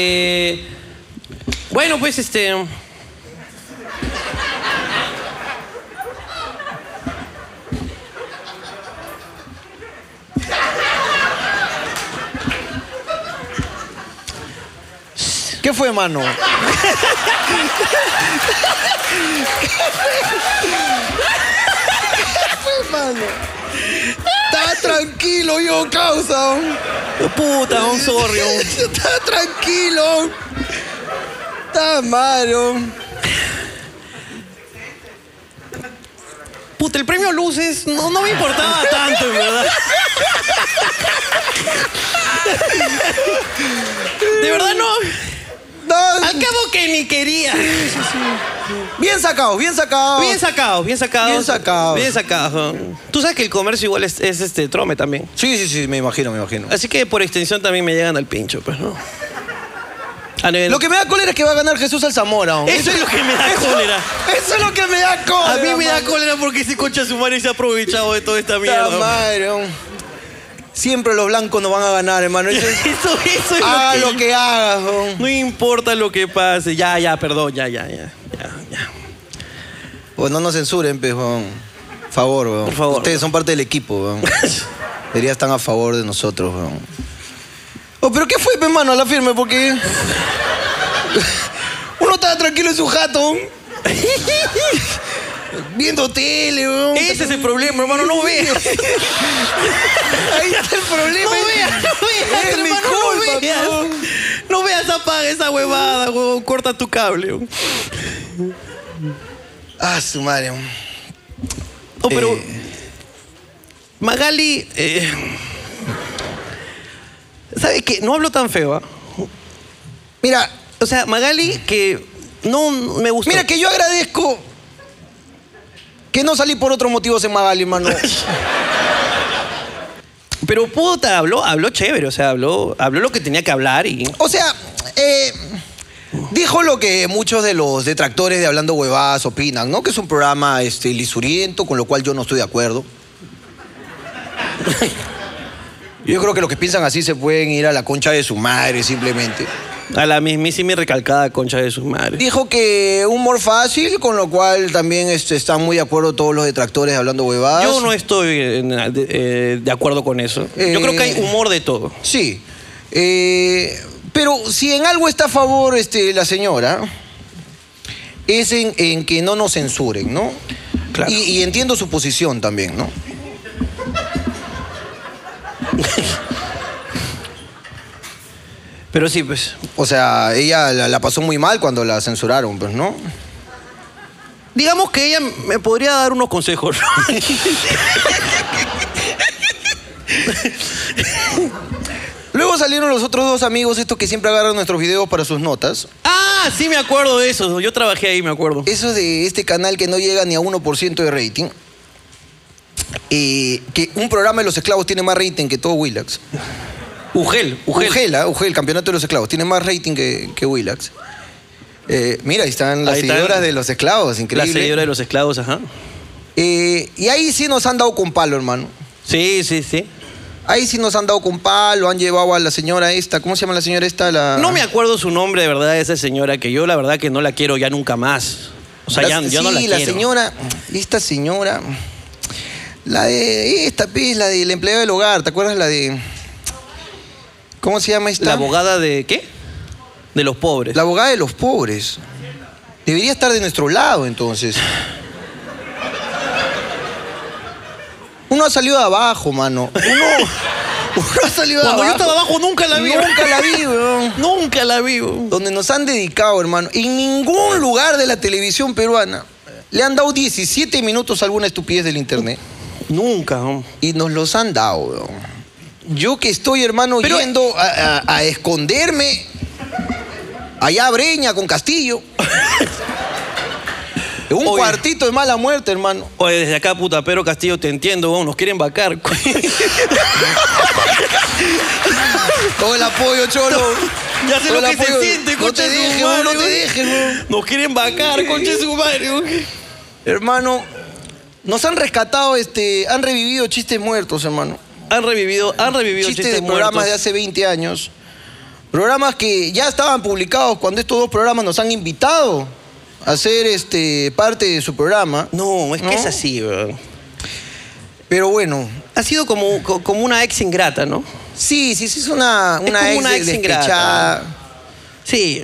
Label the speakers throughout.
Speaker 1: Eh, bueno, pues este.
Speaker 2: ¿Qué fue, mano? mano. Estaba tranquilo yo, causa.
Speaker 1: Puta, un sorry.
Speaker 2: oh.
Speaker 1: un-
Speaker 2: Estaba tranquilo. Está malo.
Speaker 1: oh. Puta, el premio Luces no, no me importaba tanto, en verdad. De verdad no. Al cabo que ni quería.
Speaker 2: Ah, Bien sacado, bien sacado.
Speaker 1: Bien sacado, bien sacado.
Speaker 2: Bien sacado.
Speaker 1: Bien sacado. Tú sabes que el comercio igual es, es, este trome también.
Speaker 2: Sí, sí, sí, me imagino, me imagino.
Speaker 1: Así que por extensión también me llegan al pincho, pues, ¿no? A nivel-
Speaker 2: Lo que me da cólera es que va a ganar Jesús al Zamora. hombre.
Speaker 1: Eso es lo que me da cólera.
Speaker 2: Eso es lo que me da cólera.
Speaker 1: A mí me da
Speaker 2: mano.
Speaker 1: cólera porque ese concha su madre se ha aprovechado de toda esta
Speaker 2: Puta
Speaker 1: mierda.
Speaker 2: madre, hombre. Siempre los blancos no van a ganar, hermano. Eso es-
Speaker 1: Eso, eso es
Speaker 2: haga
Speaker 1: Ah, lo
Speaker 2: lo que hagas, hombre.
Speaker 1: No importa lo que pase. Ya, ya, perdón, ya, ya, ya. ya, ya.
Speaker 2: O no nos censuren, pues, weón. Favor, weón.
Speaker 1: Por favor.
Speaker 2: Ustedes son parte del equipo, weón. Deberían estar a favor de nosotros, weón. Oh, pero ¿qué fue, pe, mano, a la firme? Porque. Uno estaba tranquilo en su jato. Viendo tele, weón.
Speaker 1: Ese es el problema, hermano, no veas.
Speaker 2: Ahí está el problema.
Speaker 1: No veas, no veas,
Speaker 2: Es mi
Speaker 1: hermano, no
Speaker 2: culpa,
Speaker 1: veas.
Speaker 2: weón.
Speaker 1: No veas, apaga esa huevada, huevón. Corta tu cable. huevón.
Speaker 2: Ah, su madre. weón.
Speaker 1: No, pero.
Speaker 2: Eh.
Speaker 1: Magali. eh, ¿Sabes qué? No hablo tan feo, ¿ah?
Speaker 2: Mira,
Speaker 1: O sea, Magali, que no me gustó.
Speaker 2: Mira que yo agradezco que no salí por otros motivos en Magali, hermano.
Speaker 1: Pero puta, habló, habló chévere, o sea, habló, habló lo que tenía que hablar y.
Speaker 2: O sea, eh, dijo lo que muchos de los detractores de Hablando Huevadas opinan, ¿no? Que es un programa este, lisuriento, con lo cual yo no estoy de acuerdo. Yo creo que los que piensan así se pueden ir a la concha de su madre, simplemente.
Speaker 1: A la mismísima y recalcada concha de sus madres.
Speaker 2: Dijo que humor fácil, con lo cual también este, están muy de acuerdo todos los detractores de Hablando Huevadas.
Speaker 1: Yo no estoy en- de, eh, de acuerdo con eso. Yo creo que hay
Speaker 2: Eh.
Speaker 1: humor de todo.
Speaker 2: Sí. Eh, pero si en algo está a favor este, la señora, es en, en que no nos censuren, ¿no?
Speaker 1: Claro.
Speaker 2: Y, y entiendo su posición también, ¿no?
Speaker 1: Pero sí, pues.
Speaker 2: O sea, ella la, la pasó muy mal cuando la censuraron, pues, ¿no?
Speaker 1: Digamos que ella me podría dar unos consejos.
Speaker 2: Luego salieron los otros dos amigos, estos que siempre agarran nuestros videos para sus notas.
Speaker 1: ah, sí, me acuerdo de eso. Yo trabajé ahí, me acuerdo.
Speaker 2: Esos de este canal que no llega ni a 1% de rating. Eh, que un programa de los esclavos tiene más rating que todo Willax.
Speaker 1: Ugel, Ugel.
Speaker 2: Ugel, ¿ah? Ugel, campeonato de los esclavos. Tiene más rating que, que Willax. Eh, mira, ahí están las
Speaker 1: Ahí están.
Speaker 2: seguidoras de los esclavos,
Speaker 1: La
Speaker 2: increíble.
Speaker 1: seguidora de los esclavos, ajá.
Speaker 2: Eh, y ahí sí nos han dado con palo, hermano.
Speaker 1: Sí, sí, sí.
Speaker 2: Ahí sí nos han dado con palo, han llevado a la señora esta. ¿Cómo se llama la señora esta? La...
Speaker 1: No me acuerdo su nombre de verdad de esa señora, que yo la verdad que no la quiero ya nunca más. O sea, ya,
Speaker 2: La-
Speaker 1: yo no
Speaker 2: sí,
Speaker 1: la, quiero.
Speaker 2: señora, esta señora, la de esta, pues, la del empleado del hogar, ¿te acuerdas la de... ¿Cómo se llama esta?
Speaker 1: La abogada de qué? De los pobres.
Speaker 2: La abogada de los pobres. Debería estar de nuestro lado, entonces. Uno ha salido de abajo, mano. Uno, uno ha salido de
Speaker 1: Cuando yo
Speaker 2: abajo.
Speaker 1: estaba abajo nunca la vi.
Speaker 2: Nunca la vi, weón.
Speaker 1: Nunca la vi. weón.
Speaker 2: Donde nos han dedicado, hermano. En ningún lugar de la televisión peruana le han dado 17 minutos a alguna estupidez del internet.
Speaker 1: Nunca. weón.
Speaker 2: Y nos los han dado, weón. Yo que estoy, hermano,
Speaker 1: Pero-
Speaker 2: yendo a, a- a esconderme allá a Breña con Castillo. En un
Speaker 1: Oye.
Speaker 2: cuartito de mala muerte, hermano.
Speaker 1: Oye, desde acá, puta, Pedro Castillo, te entiendo, weón, nos quieren vacar.
Speaker 2: Todo el apoyo, cholo.
Speaker 1: ya sé
Speaker 2: Todo
Speaker 1: lo
Speaker 2: el
Speaker 1: que se
Speaker 2: apoyo.
Speaker 1: siente,
Speaker 2: No
Speaker 1: concha
Speaker 2: te
Speaker 1: de su
Speaker 2: dejes,
Speaker 1: madre,
Speaker 2: no te
Speaker 1: weón.
Speaker 2: dejes, weón.
Speaker 1: Nos quieren vacar, concha de su madre. weón.
Speaker 2: Hermano, nos han rescatado, este, han revivido chistes muertos, hermano.
Speaker 1: Han revivido, han revivido
Speaker 2: Chistes
Speaker 1: chistes,
Speaker 2: de programas
Speaker 1: muertos.
Speaker 2: de hace 20 años. Programas que ya estaban publicados cuando estos dos programas nos han invitado a ser este, parte de su programa.
Speaker 1: No, es que
Speaker 2: ¿No?
Speaker 1: es así, weón.
Speaker 2: Pero bueno,
Speaker 1: Ha sido como, co- como una ex ingrata, ¿no?
Speaker 2: sí, sí, sí es una,
Speaker 1: Es
Speaker 2: una
Speaker 1: como
Speaker 2: ex,
Speaker 1: una ex
Speaker 2: de-
Speaker 1: ingrata.
Speaker 2: despechada.
Speaker 1: Sí.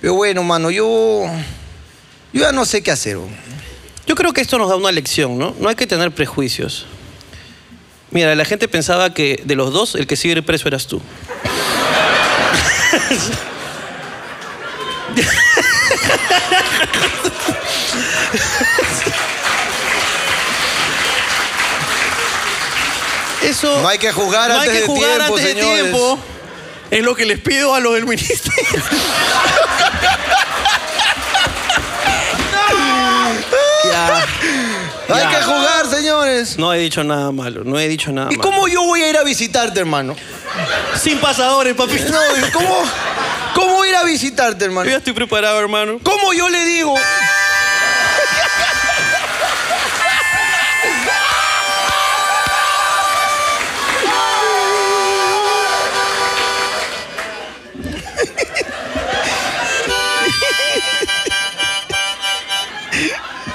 Speaker 2: Pero bueno, mano, yo, yo ya no sé qué hacer. bro.
Speaker 1: Yo creo que esto nos da una lección, ¿no? No hay que tener prejuicios. Mira, la gente pensaba que de los dos, el que sigue preso eras tú. Eso.
Speaker 2: No hay que juzgar
Speaker 1: no hay
Speaker 2: antes
Speaker 1: que
Speaker 2: de
Speaker 1: jugar
Speaker 2: tiempo,
Speaker 1: antes de
Speaker 2: señores.
Speaker 1: tiempo. Es lo que les pido a los del ministerio.
Speaker 2: Ya. No hay
Speaker 1: Ya.
Speaker 2: que jugar, señores.
Speaker 1: No he dicho nada malo, no he dicho nada
Speaker 2: ¿Y
Speaker 1: malo.
Speaker 2: cómo yo voy a ir a visitarte, hermano?
Speaker 1: Sin pasadores, papi.
Speaker 2: No, ¿y ¿cómo, ¿cómo voy a ir a visitarte,
Speaker 1: Yo
Speaker 2: hermano?
Speaker 1: ya estoy preparado, hermano.
Speaker 2: ¿Cómo yo le digo?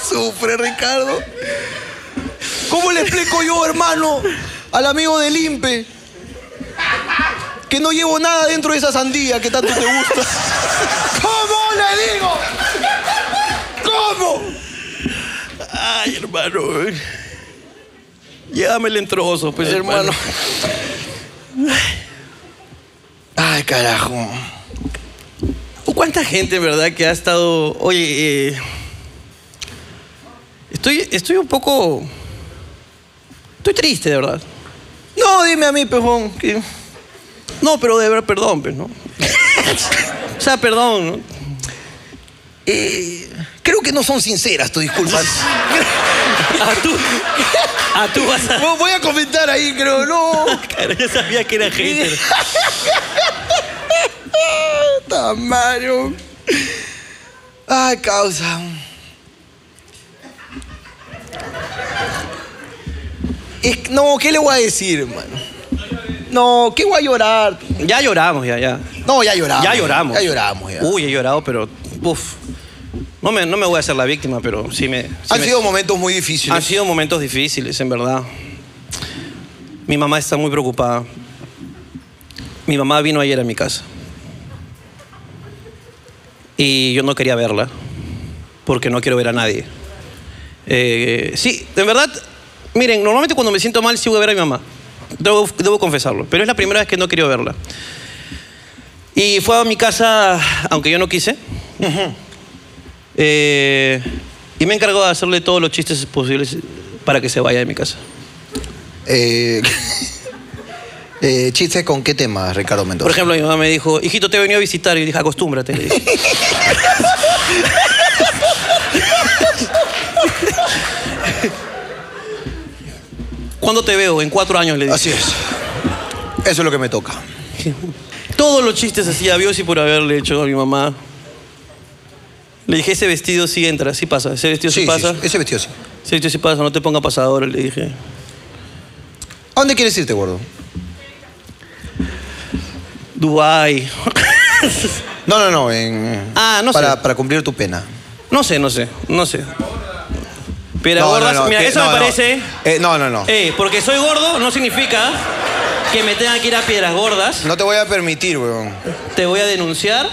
Speaker 2: Sufre, Ricardo. ¿Cómo le explico yo, hermano, al amigo del Impe? Que no llevo nada dentro de esa sandía que tanto te gusta. ¿Cómo le digo? ¿Cómo?
Speaker 1: Ay, hermano. güey. Llévame el entrozo, pues, hermano.
Speaker 2: Hermano. Ay, carajo.
Speaker 1: ¿Cuánta gente, en verdad, que ha estado. Oye, eh, Estoy, estoy un poco. Estoy triste, de verdad.
Speaker 2: No, dime a mí, pejón. que-
Speaker 1: No, pero de verdad, perdón, pues, ¿no? o sea, perdón, ¿no?
Speaker 2: eh, creo que no son sinceras tus disculpas.
Speaker 1: A tú. A tú vas a.
Speaker 2: Voy a comentar ahí, creo. No.
Speaker 1: Cara, yo sabía que era hater.
Speaker 2: Tamario. Ay, causa. Es que- no, ¿qué le voy a decir, hermano? No, ¿qué voy a llorar?
Speaker 1: Ya lloramos, ya, ya.
Speaker 2: No, ya lloramos.
Speaker 1: Ah, Ya lloramos.
Speaker 2: Ya lloramos, ya.
Speaker 1: Uy, he llorado, pero. Uf. No me, no me voy a hacer la víctima, pero sí me. sí
Speaker 2: Han
Speaker 1: me-
Speaker 2: sido momentos muy
Speaker 1: han
Speaker 2: difíciles.
Speaker 1: sido momentos difíciles, en verdad. Mi mamá está muy preocupada. Mi mamá vino ayer a mi casa. Y yo no quería verla, porque no quiero ver a nadie. Eh, sí, en verdad, miren, normalmente cuando me siento mal sí voy a ver a mi mamá. Debo, debo confesarlo, pero es la primera vez que no quería verla. Y fue a mi casa, aunque yo no quise. Eh, y me encargó de hacerle todos los chistes posibles para que se vaya de mi casa.
Speaker 2: Eh, eh, ¿Chistes con qué tema, Ricardo Mendoza?
Speaker 1: Por ejemplo, mi mamá me dijo, hijito, te he venido a visitar. Y dije, acostúmbrate. le dije. ¿Cuándo te veo? En cuatro años le dije.
Speaker 2: Así es. Eso es lo que me toca.
Speaker 1: Todos los chistes así, Dios y por haberle hecho a mi mamá. Le dije, ese vestido sí entra, sí pasa. Ese vestido sí,
Speaker 2: Sí,
Speaker 1: pasa.
Speaker 2: sí, ese vestido sí.
Speaker 1: Ese vestido sí pasa, no te ponga pasador, le dije.
Speaker 2: ¿A dónde quieres irte, gordo?
Speaker 1: Dubai.
Speaker 2: No, no, no. en-
Speaker 1: Ah, no sé.
Speaker 2: para, Para cumplir tu pena.
Speaker 1: No sé, no sé, no sé. Pero
Speaker 2: No, no,
Speaker 1: gordas,
Speaker 2: no,
Speaker 1: mira,
Speaker 2: que-
Speaker 1: eso
Speaker 2: no,
Speaker 1: me
Speaker 2: no.
Speaker 1: parece.
Speaker 2: Eh, no, no, no.
Speaker 1: Eh, porque soy gordo no significa que me tenga que ir a piedras gordas.
Speaker 2: No te voy a permitir, weón.
Speaker 1: Te voy a denunciar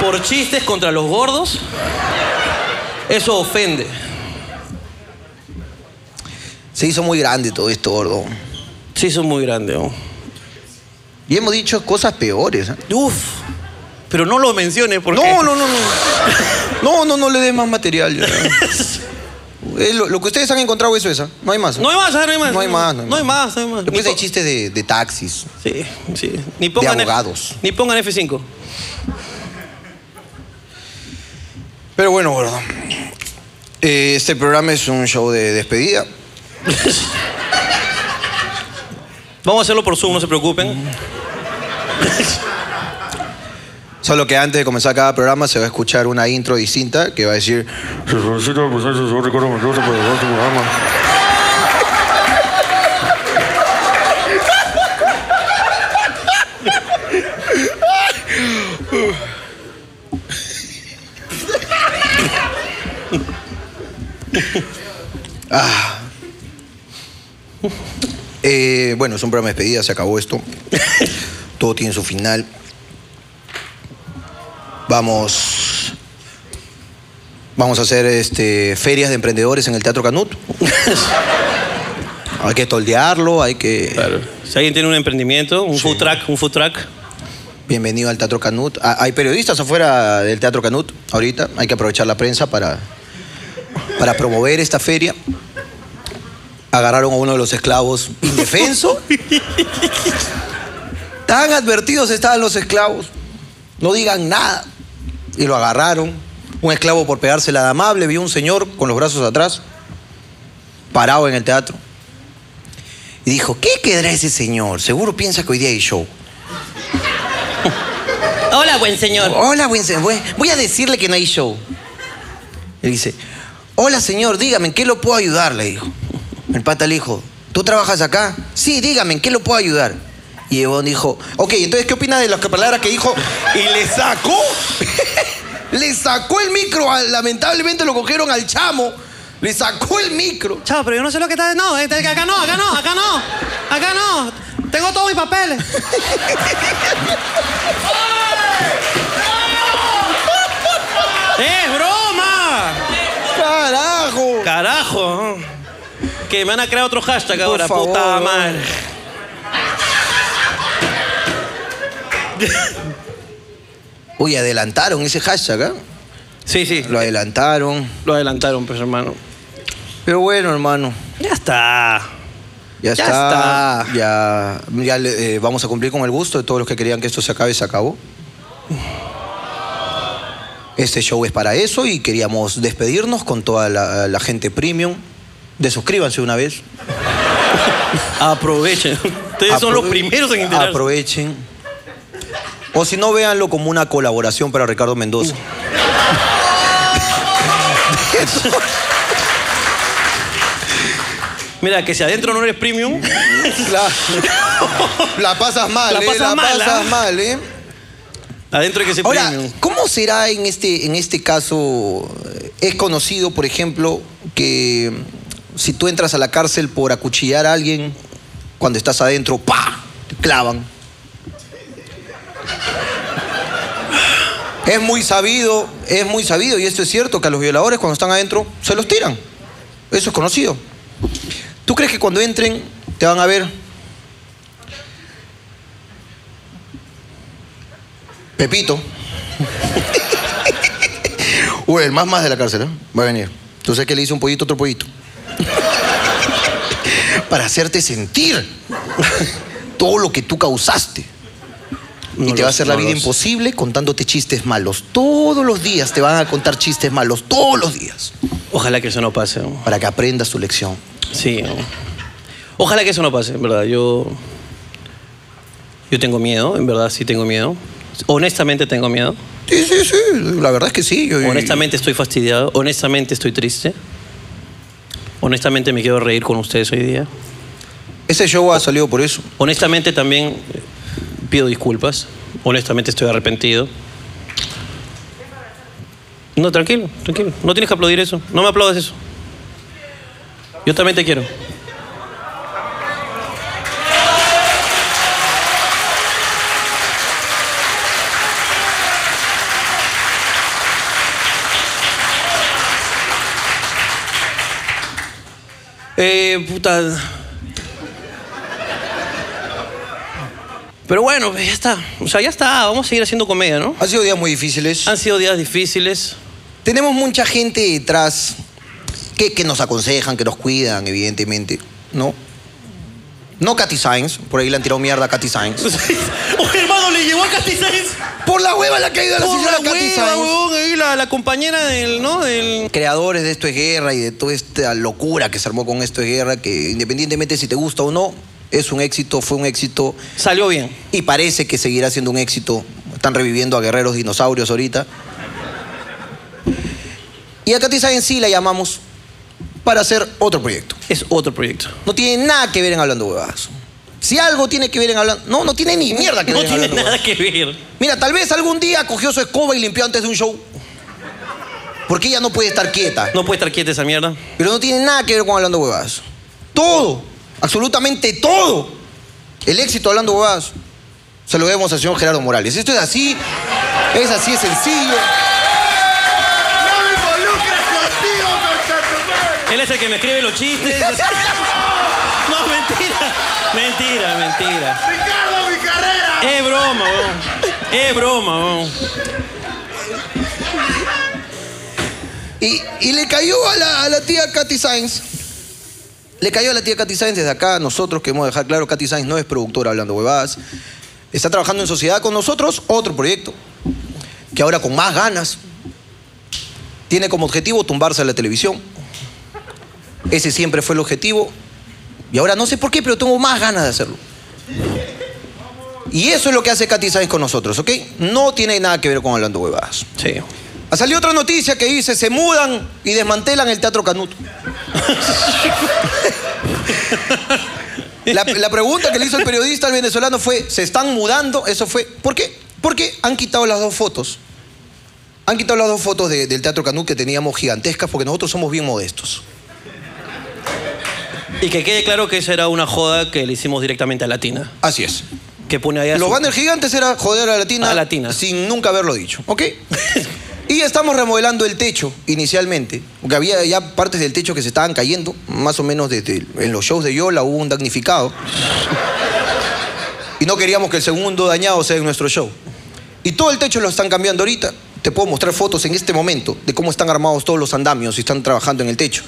Speaker 1: por chistes contra los gordos. Eso ofende.
Speaker 2: Se hizo muy grande todo esto, gordo.
Speaker 1: Sí, son muy oh. grande. ¿no?
Speaker 2: Y hemos dicho cosas peores. ¿eh?
Speaker 1: Uf. Pero no lo menciones porque.
Speaker 2: No, no, no, no. No, no, no le des más material. ya. Eh, lo, lo que ustedes han encontrado eso es, ¿ah? No hay más. ¿ah?
Speaker 1: No hay más, ah, no hay más.
Speaker 2: No hay más, no hay
Speaker 1: No hay más, no hay más.
Speaker 2: Después
Speaker 1: Ni
Speaker 2: hay
Speaker 1: po-
Speaker 2: chistes de, de taxis.
Speaker 1: Sí, sí. Ni pongan F-
Speaker 2: abogados.
Speaker 1: Ni pongan F5.
Speaker 2: Pero bueno, gordo. Eh, este programa es un show de despedida.
Speaker 1: Vamos a hacerlo por Zoom, no se preocupen.
Speaker 2: Solo que antes de comenzar cada programa se va a escuchar una intro distinta que va a decir...
Speaker 3: Se solicita el proceso de señor Ricardo Mendoza para llevar su programa.
Speaker 2: Ah. Eh, bueno, es un programa de despedida, se acabó esto. Todo tiene su final. Vamos. Vamos a hacer este, ferias de emprendedores en el Teatro Canut. hay que toldearlo, hay que.
Speaker 1: Claro. Si alguien tiene un emprendimiento, un food truck, un food truck,
Speaker 2: Bienvenido al Teatro Canut. Ah, Hay periodistas afuera del Teatro Canut ahorita. Hay que aprovechar la prensa para, para promover esta feria. Agarraron a uno de los esclavos indefenso. Tan advertidos estaban los esclavos. No digan nada. Y lo agarraron. Un esclavo por pegársela de amable vio un señor con los brazos atrás, parado en el teatro. Y dijo, ¿qué quedará ese señor? Seguro piensa que hoy día hay show.
Speaker 1: Hola, buen señor.
Speaker 2: Hola, buen señor. Voy- Voy a decirle que no hay show. Él dice, hola, señor, dígame, ¿en qué lo puedo ayudar? Le dijo. El pata le dijo, ¿tú trabajas acá? Sí, dígame, ¿en qué lo puedo ayudar? Y Evón dijo, ok, entonces, ¿qué opina de las palabras que dijo? Y le sacó, le sacó el micro, al- lamentablemente lo cogieron al chamo, le sacó el micro.
Speaker 1: Chao, pero yo no sé lo que está. No, este- acá no, acá no, acá no, acá no. Tengo todos mis papeles. ¡Es broma!
Speaker 2: ¡Carajo!
Speaker 1: Carajo. Que me van a crear otro hashtag ahora,
Speaker 2: favor.
Speaker 1: puta madre.
Speaker 2: Uy, adelantaron ese hashtag, ¿ah?
Speaker 1: Sí, sí.
Speaker 2: Lo adelantaron.
Speaker 1: Lo adelantaron, pues, hermano.
Speaker 2: Pero bueno, hermano.
Speaker 1: Ya está.
Speaker 2: Ya,
Speaker 1: Ya
Speaker 2: está. Ya, ya le- eh, vamos a cumplir con el gusto de todos los que querían que esto se acabe, se acabó. Este show es para eso y queríamos despedirnos con toda la, la gente premium. Desuscríbanse una vez.
Speaker 1: Aprovechen. Ustedes son los
Speaker 2: Aprove-
Speaker 1: primeros en enterarse.
Speaker 2: Aprovechen. O si no, véanlo como una colaboración para Ricardo Mendoza.
Speaker 1: Uh. Mira, que si adentro no eres premium,
Speaker 2: La, la pasas mal,
Speaker 1: La
Speaker 2: ¿eh?
Speaker 1: pasas
Speaker 2: la
Speaker 1: mal,
Speaker 2: pasas
Speaker 1: ¿ah?
Speaker 2: mal, ¿eh?
Speaker 1: adentro hay que ser
Speaker 2: Ahora,
Speaker 1: premium.
Speaker 2: ¿cómo será en este, en este caso? eh, Es conocido, por ejemplo, que mm, si tú entras a la cárcel por acuchillar a alguien, cuando estás adentro, ¡pa! Te clavan. Es muy sabido, es muy sabido, y esto es cierto, que a los violadores cuando están adentro se los tiran. Eso es conocido. ¿Tú crees que cuando entren te van a ver? Pepito. Uy, el más más de la cárcel, ¿eh? Va a venir. Tú sabes que le hice un pollito a otro pollito. Para hacerte sentir todo lo que tú causaste. y
Speaker 1: No
Speaker 2: te va a
Speaker 1: los-
Speaker 2: hacer la
Speaker 1: no
Speaker 2: vida
Speaker 1: los-
Speaker 2: imposible contándote chistes malos. Todos los días te van a contar chistes malos. Todos los días.
Speaker 1: Ojalá que eso no pase. ¿no?
Speaker 2: Para que aprendas tu lección.
Speaker 1: Sí. ¿no? Ojalá que eso no pase, en verdad. Yo. Yo tengo miedo, en verdad sí tengo miedo. Honestamente tengo miedo.
Speaker 2: Sí, sí, sí. La verdad es que sí. Yo-
Speaker 1: Honestamente estoy fastidiado. Honestamente estoy triste. Honestamente me quiero reír con ustedes hoy día.
Speaker 2: Ese show ha salido por eso.
Speaker 1: Honestamente también eh, pido disculpas. Honestamente estoy arrepentido. No, tranquilo, tranquilo. No tienes que aplaudir eso. No me aplaudas eso. Yo también te quiero. Eh, puta, Pero bueno, pues ya está. O sea, ya está. Vamos a seguir haciendo comedia, ¿no?
Speaker 2: Han sido días muy difíciles.
Speaker 1: Han sido días difíciles.
Speaker 2: Tenemos mucha gente detrás que, que nos aconsejan, que nos cuidan, evidentemente, ¿no? No Katy Sainz, por ahí le han tirado mierda a Katy Sainz.
Speaker 1: ¡Oh, hermano, le llevó a Katy Sainz!
Speaker 2: Por la hueva la caída de la
Speaker 1: Por
Speaker 2: señora
Speaker 1: la
Speaker 2: Katy
Speaker 1: hueva,
Speaker 2: Sainz.
Speaker 1: huevón, ahí la, la compañera del, ¿no? Del...
Speaker 2: Creadores de Esto es Guerra y de toda esta locura que se armó con Esto es Guerra, que independientemente si te gusta o no, es un éxito, fue un éxito
Speaker 1: Salió bien.
Speaker 2: y parece que seguirá siendo un éxito. Están reviviendo a guerreros dinosaurios ahorita. Y a Katy Sainz sí la llamamos para hacer otro proyecto.
Speaker 1: Es otro proyecto.
Speaker 2: No tiene nada que ver en hablando huevadas. Si algo tiene que ver en hablando. No, no tiene ni mierda que
Speaker 1: No
Speaker 2: ver en
Speaker 1: tiene
Speaker 2: hablando
Speaker 1: nada
Speaker 2: huevadas.
Speaker 1: que ver.
Speaker 2: Mira, tal vez algún día cogió su escoba y limpió antes de un show. Porque ella no puede estar quieta.
Speaker 1: No puede estar quieta esa mierda.
Speaker 2: Pero no tiene nada que ver con hablando huevadas. Todo, absolutamente todo. El éxito hablando huevadas se lo debemos al señor Gerardo Morales. Esto es así, es así, es sencillo.
Speaker 1: Él es el que me escribe los chistes. No, mentira. Mentira, mentira.
Speaker 4: ¡Ricardo, mi carrera!
Speaker 1: Es broma, weón. Es broma, weón.
Speaker 2: Y, y le cayó a la, a la tía Katy Sainz. Le cayó a la tía Katy Sainz desde acá. Nosotros queremos dejar claro, Katy Sainz no es productora hablando huevadas. Está trabajando en sociedad con nosotros, otro proyecto. Que ahora con más ganas tiene como objetivo tumbarse a la televisión. Ese siempre fue el objetivo. Y ahora no sé por qué, pero tengo más ganas de hacerlo. Y eso es lo que hace Katy Sainz con nosotros, ¿ok? No tiene nada que ver con hablando huevadas.
Speaker 1: Sí.
Speaker 2: Ha salido Ah, otra noticia que dice, se mudan y desmantelan el Teatro Canuto. la, la pregunta que le hizo el periodista al venezolano fue, ¿se están mudando? Eso fue, ¿por qué? Porque han quitado las dos fotos. Han quitado las dos fotos de- del Teatro Canut que teníamos gigantescas porque nosotros somos bien modestos.
Speaker 1: Y que quede claro que esa era una joda que le hicimos directamente a Latina.
Speaker 2: Así es.
Speaker 1: Que pone ahí a
Speaker 2: Los
Speaker 1: su-
Speaker 2: banners gigantes era joder a Latina,
Speaker 1: A Latina.
Speaker 2: sin nunca haberlo dicho, ¿ok? y estamos remodelando el techo inicialmente, porque había ya partes del techo que se estaban cayendo, más o menos desde el- en los shows de Yola hubo un damnificado. y no queríamos que el segundo dañado sea en nuestro show. Y todo el techo lo están cambiando ahorita. Te puedo mostrar fotos en este momento de cómo están armados todos los andamios y están trabajando en el techo.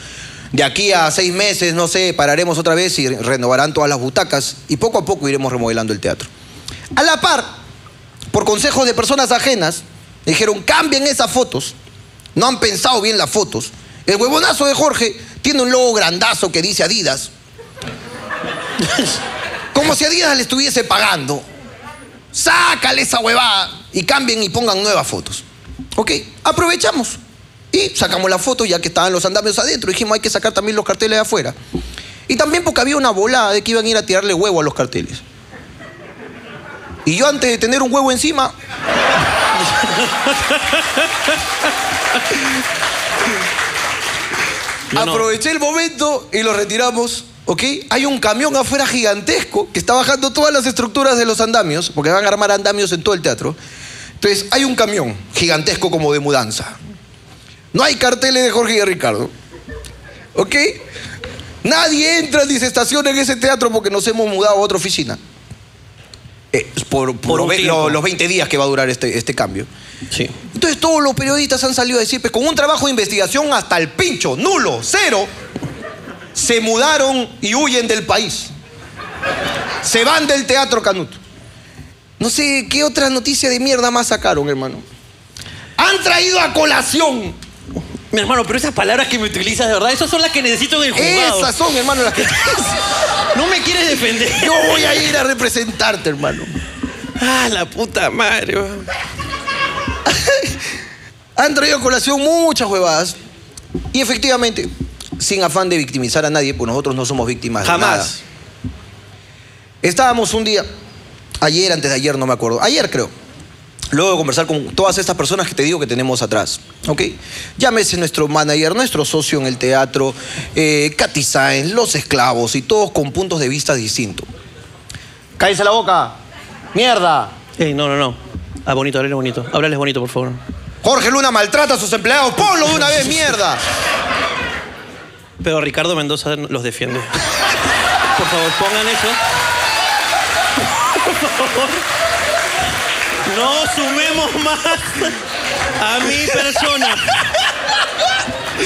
Speaker 2: De aquí a seis meses, no sé, pararemos otra vez y renovarán todas las butacas y poco a poco iremos remodelando el teatro. A la par, por consejos de personas ajenas, dijeron cambien esas fotos. No han pensado bien las fotos. El huevonazo de Jorge tiene un logo grandazo que dice Adidas. Como si Adidas le estuviese pagando. Sácale esa huevada y cambien y pongan nuevas fotos. ¿Ok? Aprovechamos. Y sacamos las fotos ya que estaban los andamios adentro. Dijimos, hay que sacar también los carteles de afuera. Y también porque había una volada de que iban a ir a tirarle huevo a los carteles. Y yo antes de tener un huevo encima...
Speaker 1: Yo no.
Speaker 2: Aproveché el momento y lo retiramos, ¿ok? Hay un camión afuera gigantesco que está bajando todas las estructuras de los andamios, porque van a armar andamios en todo el teatro. Entonces, hay un camión gigantesco como de mudanza. No hay carteles de Jorge y de Ricardo, ¿ok? Nadie entra ni se estaciona en ese teatro porque nos hemos mudado a otra oficina. Eh, por por
Speaker 1: un
Speaker 2: ve-
Speaker 1: tiempo.
Speaker 2: lo- los 20 días que va a durar este, este cambio.
Speaker 1: Sí.
Speaker 2: Entonces todos los periodistas han salido a decir, pues con un trabajo de investigación hasta el pincho, nulo, cero, se mudaron y huyen del país. Se van del teatro Canuto. No sé qué otra noticia de mierda más sacaron, hermano. Han traído a colación.
Speaker 1: Mi hermano, pero esas palabras que me utilizas, de verdad, esas son las que necesito en el juzgado.
Speaker 2: Esas son, hermano, las que...
Speaker 1: No me quieres defender.
Speaker 2: Yo voy a ir a representarte, hermano.
Speaker 1: Ah, la puta madre, weón.
Speaker 2: Han traído a colación muchas huevadas. Y efectivamente, sin afán de victimizar a nadie, pues nosotros no somos víctimas de nada.
Speaker 1: Jamás.
Speaker 2: Estábamos un día, ayer, antes de ayer, no me acuerdo, ayer creo, luego de conversar con todas estas personas que te digo que tenemos atrás, ¿ok? Llámese nuestro manager, nuestro socio en el teatro, eh, Katy Sainz, los esclavos y todos con puntos de vista distintos. ¡Cállese la boca! ¡Mierda!
Speaker 1: Ey, no, no, no. Ah, bonito, háblale bonito. Háblales bonito, por favor.
Speaker 2: Jorge Luna maltrata a sus empleados, ponlo de una vez, mierda.
Speaker 1: Pero Ricardo Mendoza los defiende. Por favor, pongan eso. Por favor. No sumemos más a mi persona.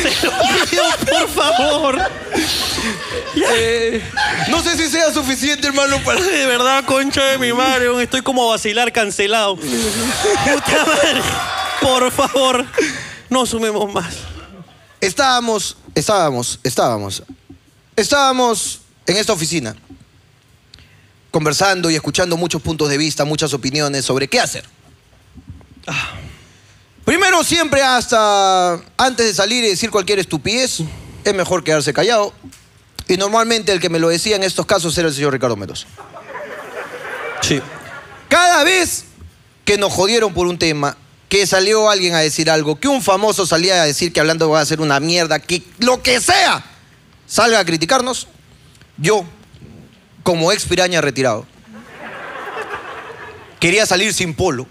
Speaker 1: Se lo pido, por favor. Eh,
Speaker 2: No sé si sea suficiente, hermano, para...
Speaker 1: De verdad, concha de mi madre, weón, estoy como vacilar cancelado. Puta madre. Por favor, no sumemos más.
Speaker 2: Estábamos, estábamos, estábamos. Estábamos en esta oficina, conversando y escuchando muchos puntos de vista, muchas opiniones sobre qué hacer. Ah. Primero, siempre hasta antes de salir y decir cualquier estupidez, es mejor quedarse callado. Y normalmente el que me lo decía en estos casos era el señor Ricardo Mendoza.
Speaker 1: Sí.
Speaker 2: Cada vez que nos jodieron por un tema, que salió alguien a decir algo, que un famoso salía a decir que hablando va a ser una mierda, que lo que sea salga a criticarnos, yo, como ex piraña retirado, quería salir sin polo.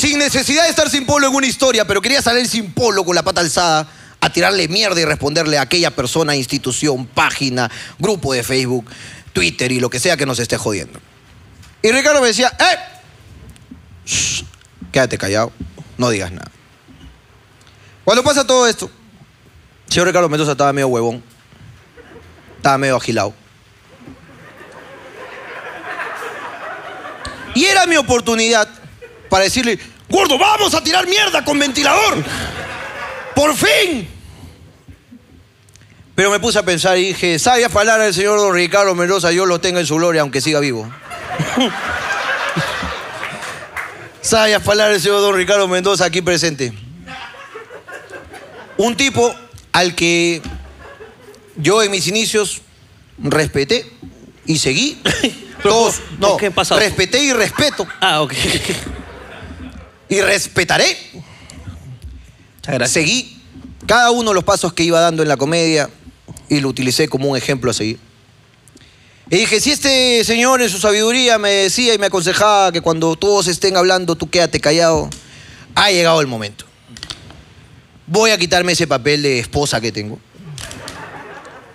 Speaker 2: Sin necesidad de estar sin polo en una historia, pero quería salir sin polo con la pata alzada a tirarle mierda y responderle a aquella persona, institución, página, grupo de Facebook, Twitter y lo que sea que nos esté jodiendo. Y Ricardo me decía, ¡eh! Shh, quédate callado, no digas nada. Cuando pasa todo esto, el señor Ricardo Mendoza estaba medio huevón, estaba medio agilado. Y era mi oportunidad para decirle, gordo, vamos a tirar mierda con ventilador. Por fin. Pero me puse a pensar y dije, sabias palabras del señor don Ricardo Mendoza, Dios lo tenga en su gloria, aunque siga vivo. sabias palabras del señor don Ricardo Mendoza aquí presente. Un tipo al que yo en mis inicios respeté y seguí. Todos, no,
Speaker 1: ¿qué ha pasado?
Speaker 2: respeté y respeto
Speaker 1: Ah, ok.
Speaker 2: y respetaré.
Speaker 1: Muchas gracias.
Speaker 2: Seguí cada uno de los pasos que iba dando en la comedia y lo utilicé como un ejemplo a seguir. Y dije, si este señor en su sabiduría me decía y me aconsejaba que cuando todos estén hablando tú quédate callado, ha llegado el momento. Voy a quitarme ese papel de esposa que tengo.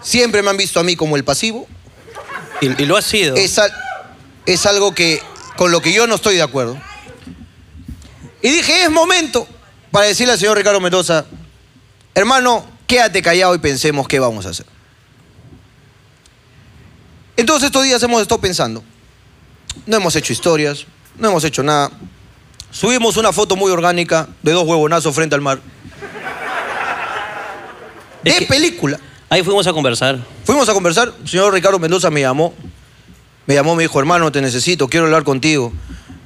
Speaker 2: Siempre me han visto a mí como el pasivo.
Speaker 1: Y, y lo ha sido.
Speaker 2: Es, al- es algo que, con lo que yo no estoy de acuerdo. Y dije, es momento para decirle al señor Ricardo Mendoza, hermano, quédate callado y pensemos qué vamos a hacer. Entonces estos días hemos estado pensando. No hemos hecho historias, no hemos hecho nada. Subimos una foto muy orgánica de dos huevonazos frente al mar.
Speaker 1: Es
Speaker 2: De
Speaker 1: que-
Speaker 2: película.
Speaker 1: Ahí fuimos a conversar.
Speaker 2: Fuimos a conversar, el señor Ricardo Mendoza me llamó. Me llamó, me dijo, hermano, te necesito, quiero hablar contigo.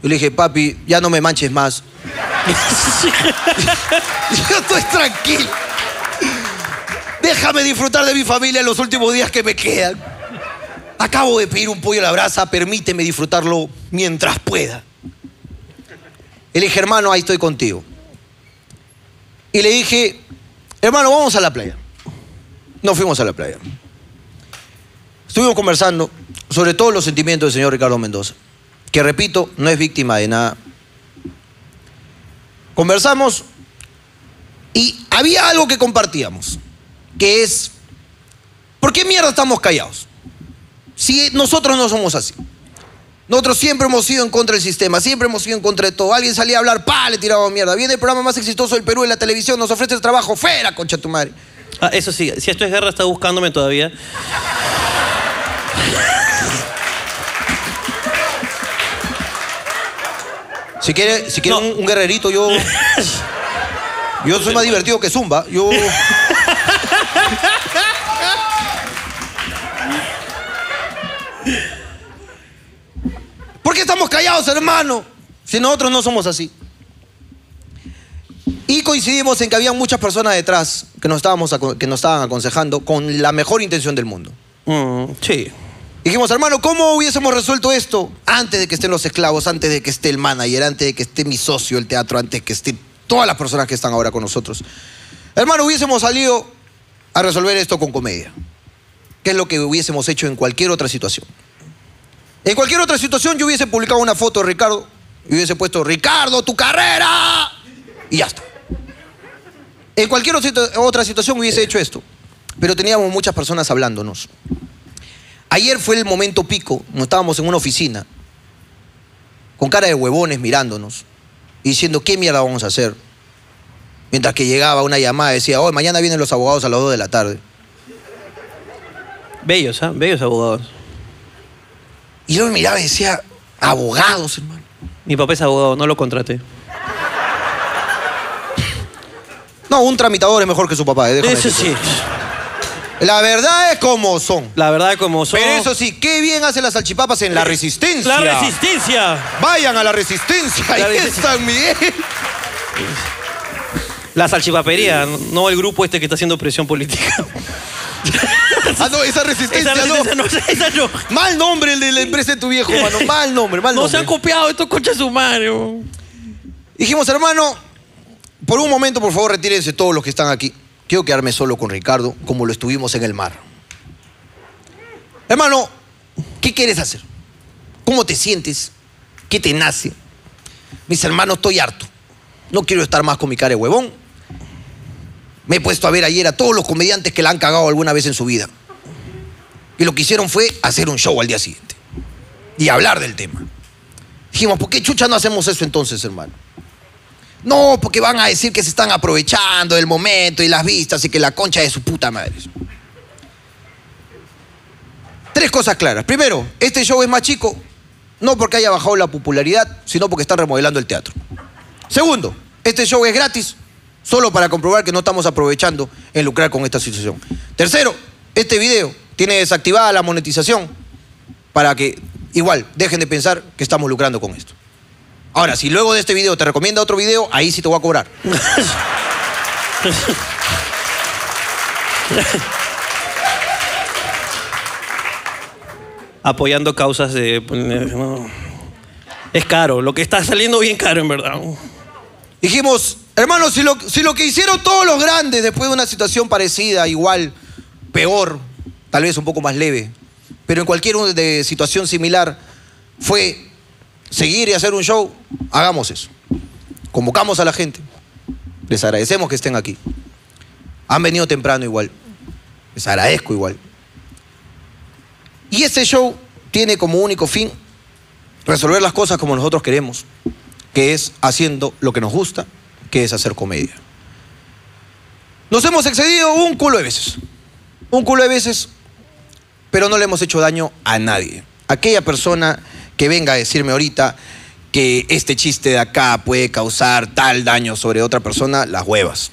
Speaker 2: Yo le dije, papi, ya no me manches más. Yo estoy tranquilo. Déjame disfrutar de mi familia en los últimos días que me quedan. Acabo de pedir un pollo a la brasa, permíteme disfrutarlo mientras pueda. Y le dije, hermano, ahí estoy contigo. Y le dije, hermano, vamos a la playa. Nos fuimos a la playa. Estuvimos conversando sobre todos los sentimientos del señor Ricardo Mendoza, que repito, no es víctima de nada. Conversamos y había algo que compartíamos, que es, ¿por qué mierda estamos callados? Si nosotros no somos así. Nosotros siempre hemos sido en contra del sistema, siempre hemos sido en contra de todo. Alguien salía a hablar, pa, le tirábamos mierda. Viene el programa más exitoso del Perú en la televisión, nos ofrece el trabajo, fuera, concha tu madre.
Speaker 1: Ah, eso sí, si esto es guerra, está buscándome todavía.
Speaker 2: Si quiere, si quiere
Speaker 1: No.
Speaker 2: un, un guerrerito, yo. Yo soy más divertido que Zumba. Yo. ¿Por qué estamos callados, hermano? Si nosotros no somos así. Y coincidimos en que había muchas personas detrás que nos, estábamos aco- que nos estaban aconsejando con la mejor intención del mundo.
Speaker 1: Mm, sí.
Speaker 2: Dijimos, hermano, ¿cómo hubiésemos resuelto esto? Antes de que estén los esclavos, antes de que esté el manager, antes de que esté mi socio, el teatro, antes de que estén todas las personas que están ahora con nosotros. Hermano, hubiésemos salido a resolver esto con comedia. Que es lo que hubiésemos hecho en cualquier otra situación. En cualquier otra situación yo hubiese publicado una foto de Ricardo y hubiese puesto, Ricardo, tu carrera. Y ya está. En cualquier otra situ- otra situación hubiese hecho esto. Pero teníamos muchas personas hablándonos. Ayer fue el momento pico, nos estábamos en una oficina, con cara de huevones mirándonos, y diciendo, ¿qué mierda vamos a hacer? Mientras que llegaba una llamada, decía, hoy mañana vienen los abogados a las 2 de la tarde.
Speaker 1: Bellos, ¿ah? Bellos abogados.
Speaker 2: Y yo me miraba y decía, abogados, hermano.
Speaker 1: Mi papá es abogado, no lo contraté.
Speaker 2: No, un tramitador es mejor que su papá, eh, déjame
Speaker 1: Eso sí.
Speaker 2: decirte. La verdad es como son.
Speaker 1: La verdad, como son.
Speaker 2: Pero eso sí, qué bien hacen las salchipapas en La Resistencia.
Speaker 1: Eh, ¡La resistencia!
Speaker 2: Vayan a La Resistencia,
Speaker 1: La
Speaker 2: ahí en
Speaker 1: Resistencia.
Speaker 2: San Miguel.
Speaker 1: La salchipapería, no el grupo este que está haciendo presión política.
Speaker 2: Ah, no, esa resistencia,
Speaker 1: Esa resistencia no,
Speaker 2: no.
Speaker 1: esa no.
Speaker 2: Mal nombre el de la empresa de tu viejo, mano. Mal nombre, mal
Speaker 1: No
Speaker 2: nombre.
Speaker 1: se han copiado estos coches humanos.
Speaker 2: Dijimos, hermano, por un momento, por favor, retírense todos los que están aquí. Quiero quedarme solo con Ricardo, como lo estuvimos en el mar. Hermano, ¿qué quieres hacer? ¿Cómo te sientes? ¿Qué te nace? Mis hermanos, estoy harto. No quiero estar más con mi cara de huevón. Me he puesto a ver ayer a todos los comediantes que la han cagado alguna vez en su vida. Y lo que hicieron fue hacer un show al día siguiente. Y hablar del tema. Dijimos, ¿por qué chucha no hacemos eso entonces, hermano? No, porque van a decir que se están aprovechando del momento y las vistas y que la concha de su puta madre. Tres cosas claras. Primero, este show es más chico, no porque haya bajado la popularidad, sino porque están remodelando el teatro. Segundo, este show es gratis, solo para comprobar que no estamos aprovechando en lucrar con esta situación. Tercero, este video tiene desactivada la monetización para que igual dejen de pensar que estamos lucrando con esto. Ahora, si luego de este video te recomienda otro video, ahí sí te voy a cobrar.
Speaker 1: Apoyando causas de... pues, no. Es caro, lo que está saliendo bien caro en verdad.
Speaker 2: Dijimos, hermanos, si lo, si lo que hicieron todos los grandes después de una situación parecida, igual, peor, tal vez un poco más leve, pero en cualquier un- de situación similar, fue seguir y hacer un show, hagamos eso. Convocamos a la gente. Les agradecemos que estén aquí. Han venido temprano igual. Les agradezco igual. Y este show tiene como único fin resolver las cosas como nosotros queremos que es haciendo lo que nos gusta, que es hacer comedia. Nos hemos excedido un culo de veces. Un culo de veces, pero no le hemos hecho daño a nadie. Aquella persona que venga a decirme ahorita que este chiste de acá puede causar tal daño sobre otra persona, las huevas.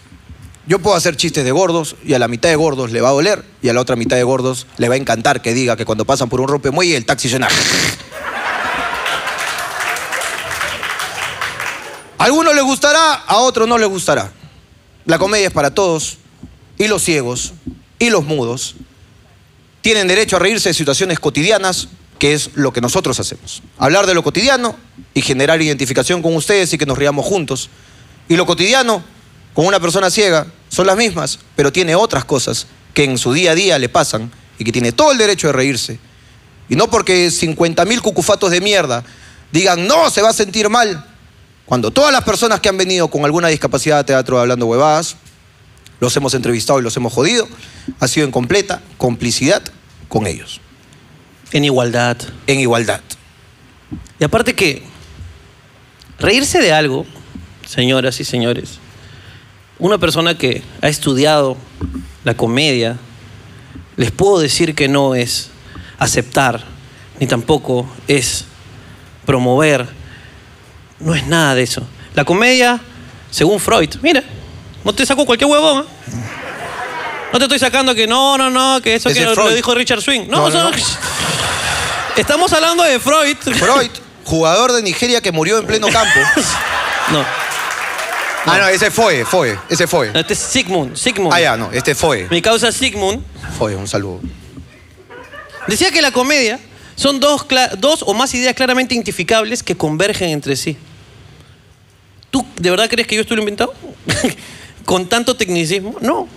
Speaker 2: Yo puedo hacer chistes de gordos y a la mitad de gordos le va a doler y a la otra mitad de gordos le va a encantar que diga que cuando pasan por un rompemuelle el taxi suena. A algunos les gustará, a otros no les gustará. La comedia es para todos, y los ciegos, y los mudos. Tienen derecho a reírse de situaciones cotidianas, que es lo que nosotros hacemos. Hablar de lo cotidiano y generar identificación con ustedes y que nos riamos juntos. Y lo cotidiano, con una persona ciega, son las mismas, pero tiene otras cosas que en su día a día le pasan y que tiene todo el derecho de reírse. Y no porque 50.000 cucufatos de mierda digan, no, se va a sentir mal, cuando todas las personas que han venido con alguna discapacidad a teatro hablando huevadas, los hemos entrevistado y los hemos jodido, ha sido en completa complicidad con ellos,
Speaker 1: En igualdad.
Speaker 2: en igualdad.
Speaker 1: Y aparte que reírse de algo, señoras y señores, una persona que ha estudiado la comedia, les puedo decir que no es aceptar, ni tampoco es promover, no es nada de eso. La comedia, según Freud, mira, no te saco cualquier huevón. ¿ah? No te estoy sacando que no, no, no, que eso
Speaker 2: Ese
Speaker 1: que lo,
Speaker 2: Freud.
Speaker 1: lo dijo Richard Swing. No,
Speaker 2: No, no,
Speaker 1: eso-
Speaker 2: no.
Speaker 1: estamos hablando de Freud.
Speaker 2: Freud, jugador de Nigeria que murió en pleno campo.
Speaker 1: No,
Speaker 2: Ah, no, ese fue, fue, ese fue.
Speaker 1: no, este es Sigmund, Sigmund.
Speaker 2: Ah, ya, no, este fue.
Speaker 1: Mi causa Sigmund
Speaker 2: Fue, un saludo.
Speaker 1: decía que la comedia son dos, cla- dos o más ideas claramente identificables que convergen entre sí. ¿Tú de verdad crees que yo estoy lo inventado? ¿Con tanto tecnicismo? No.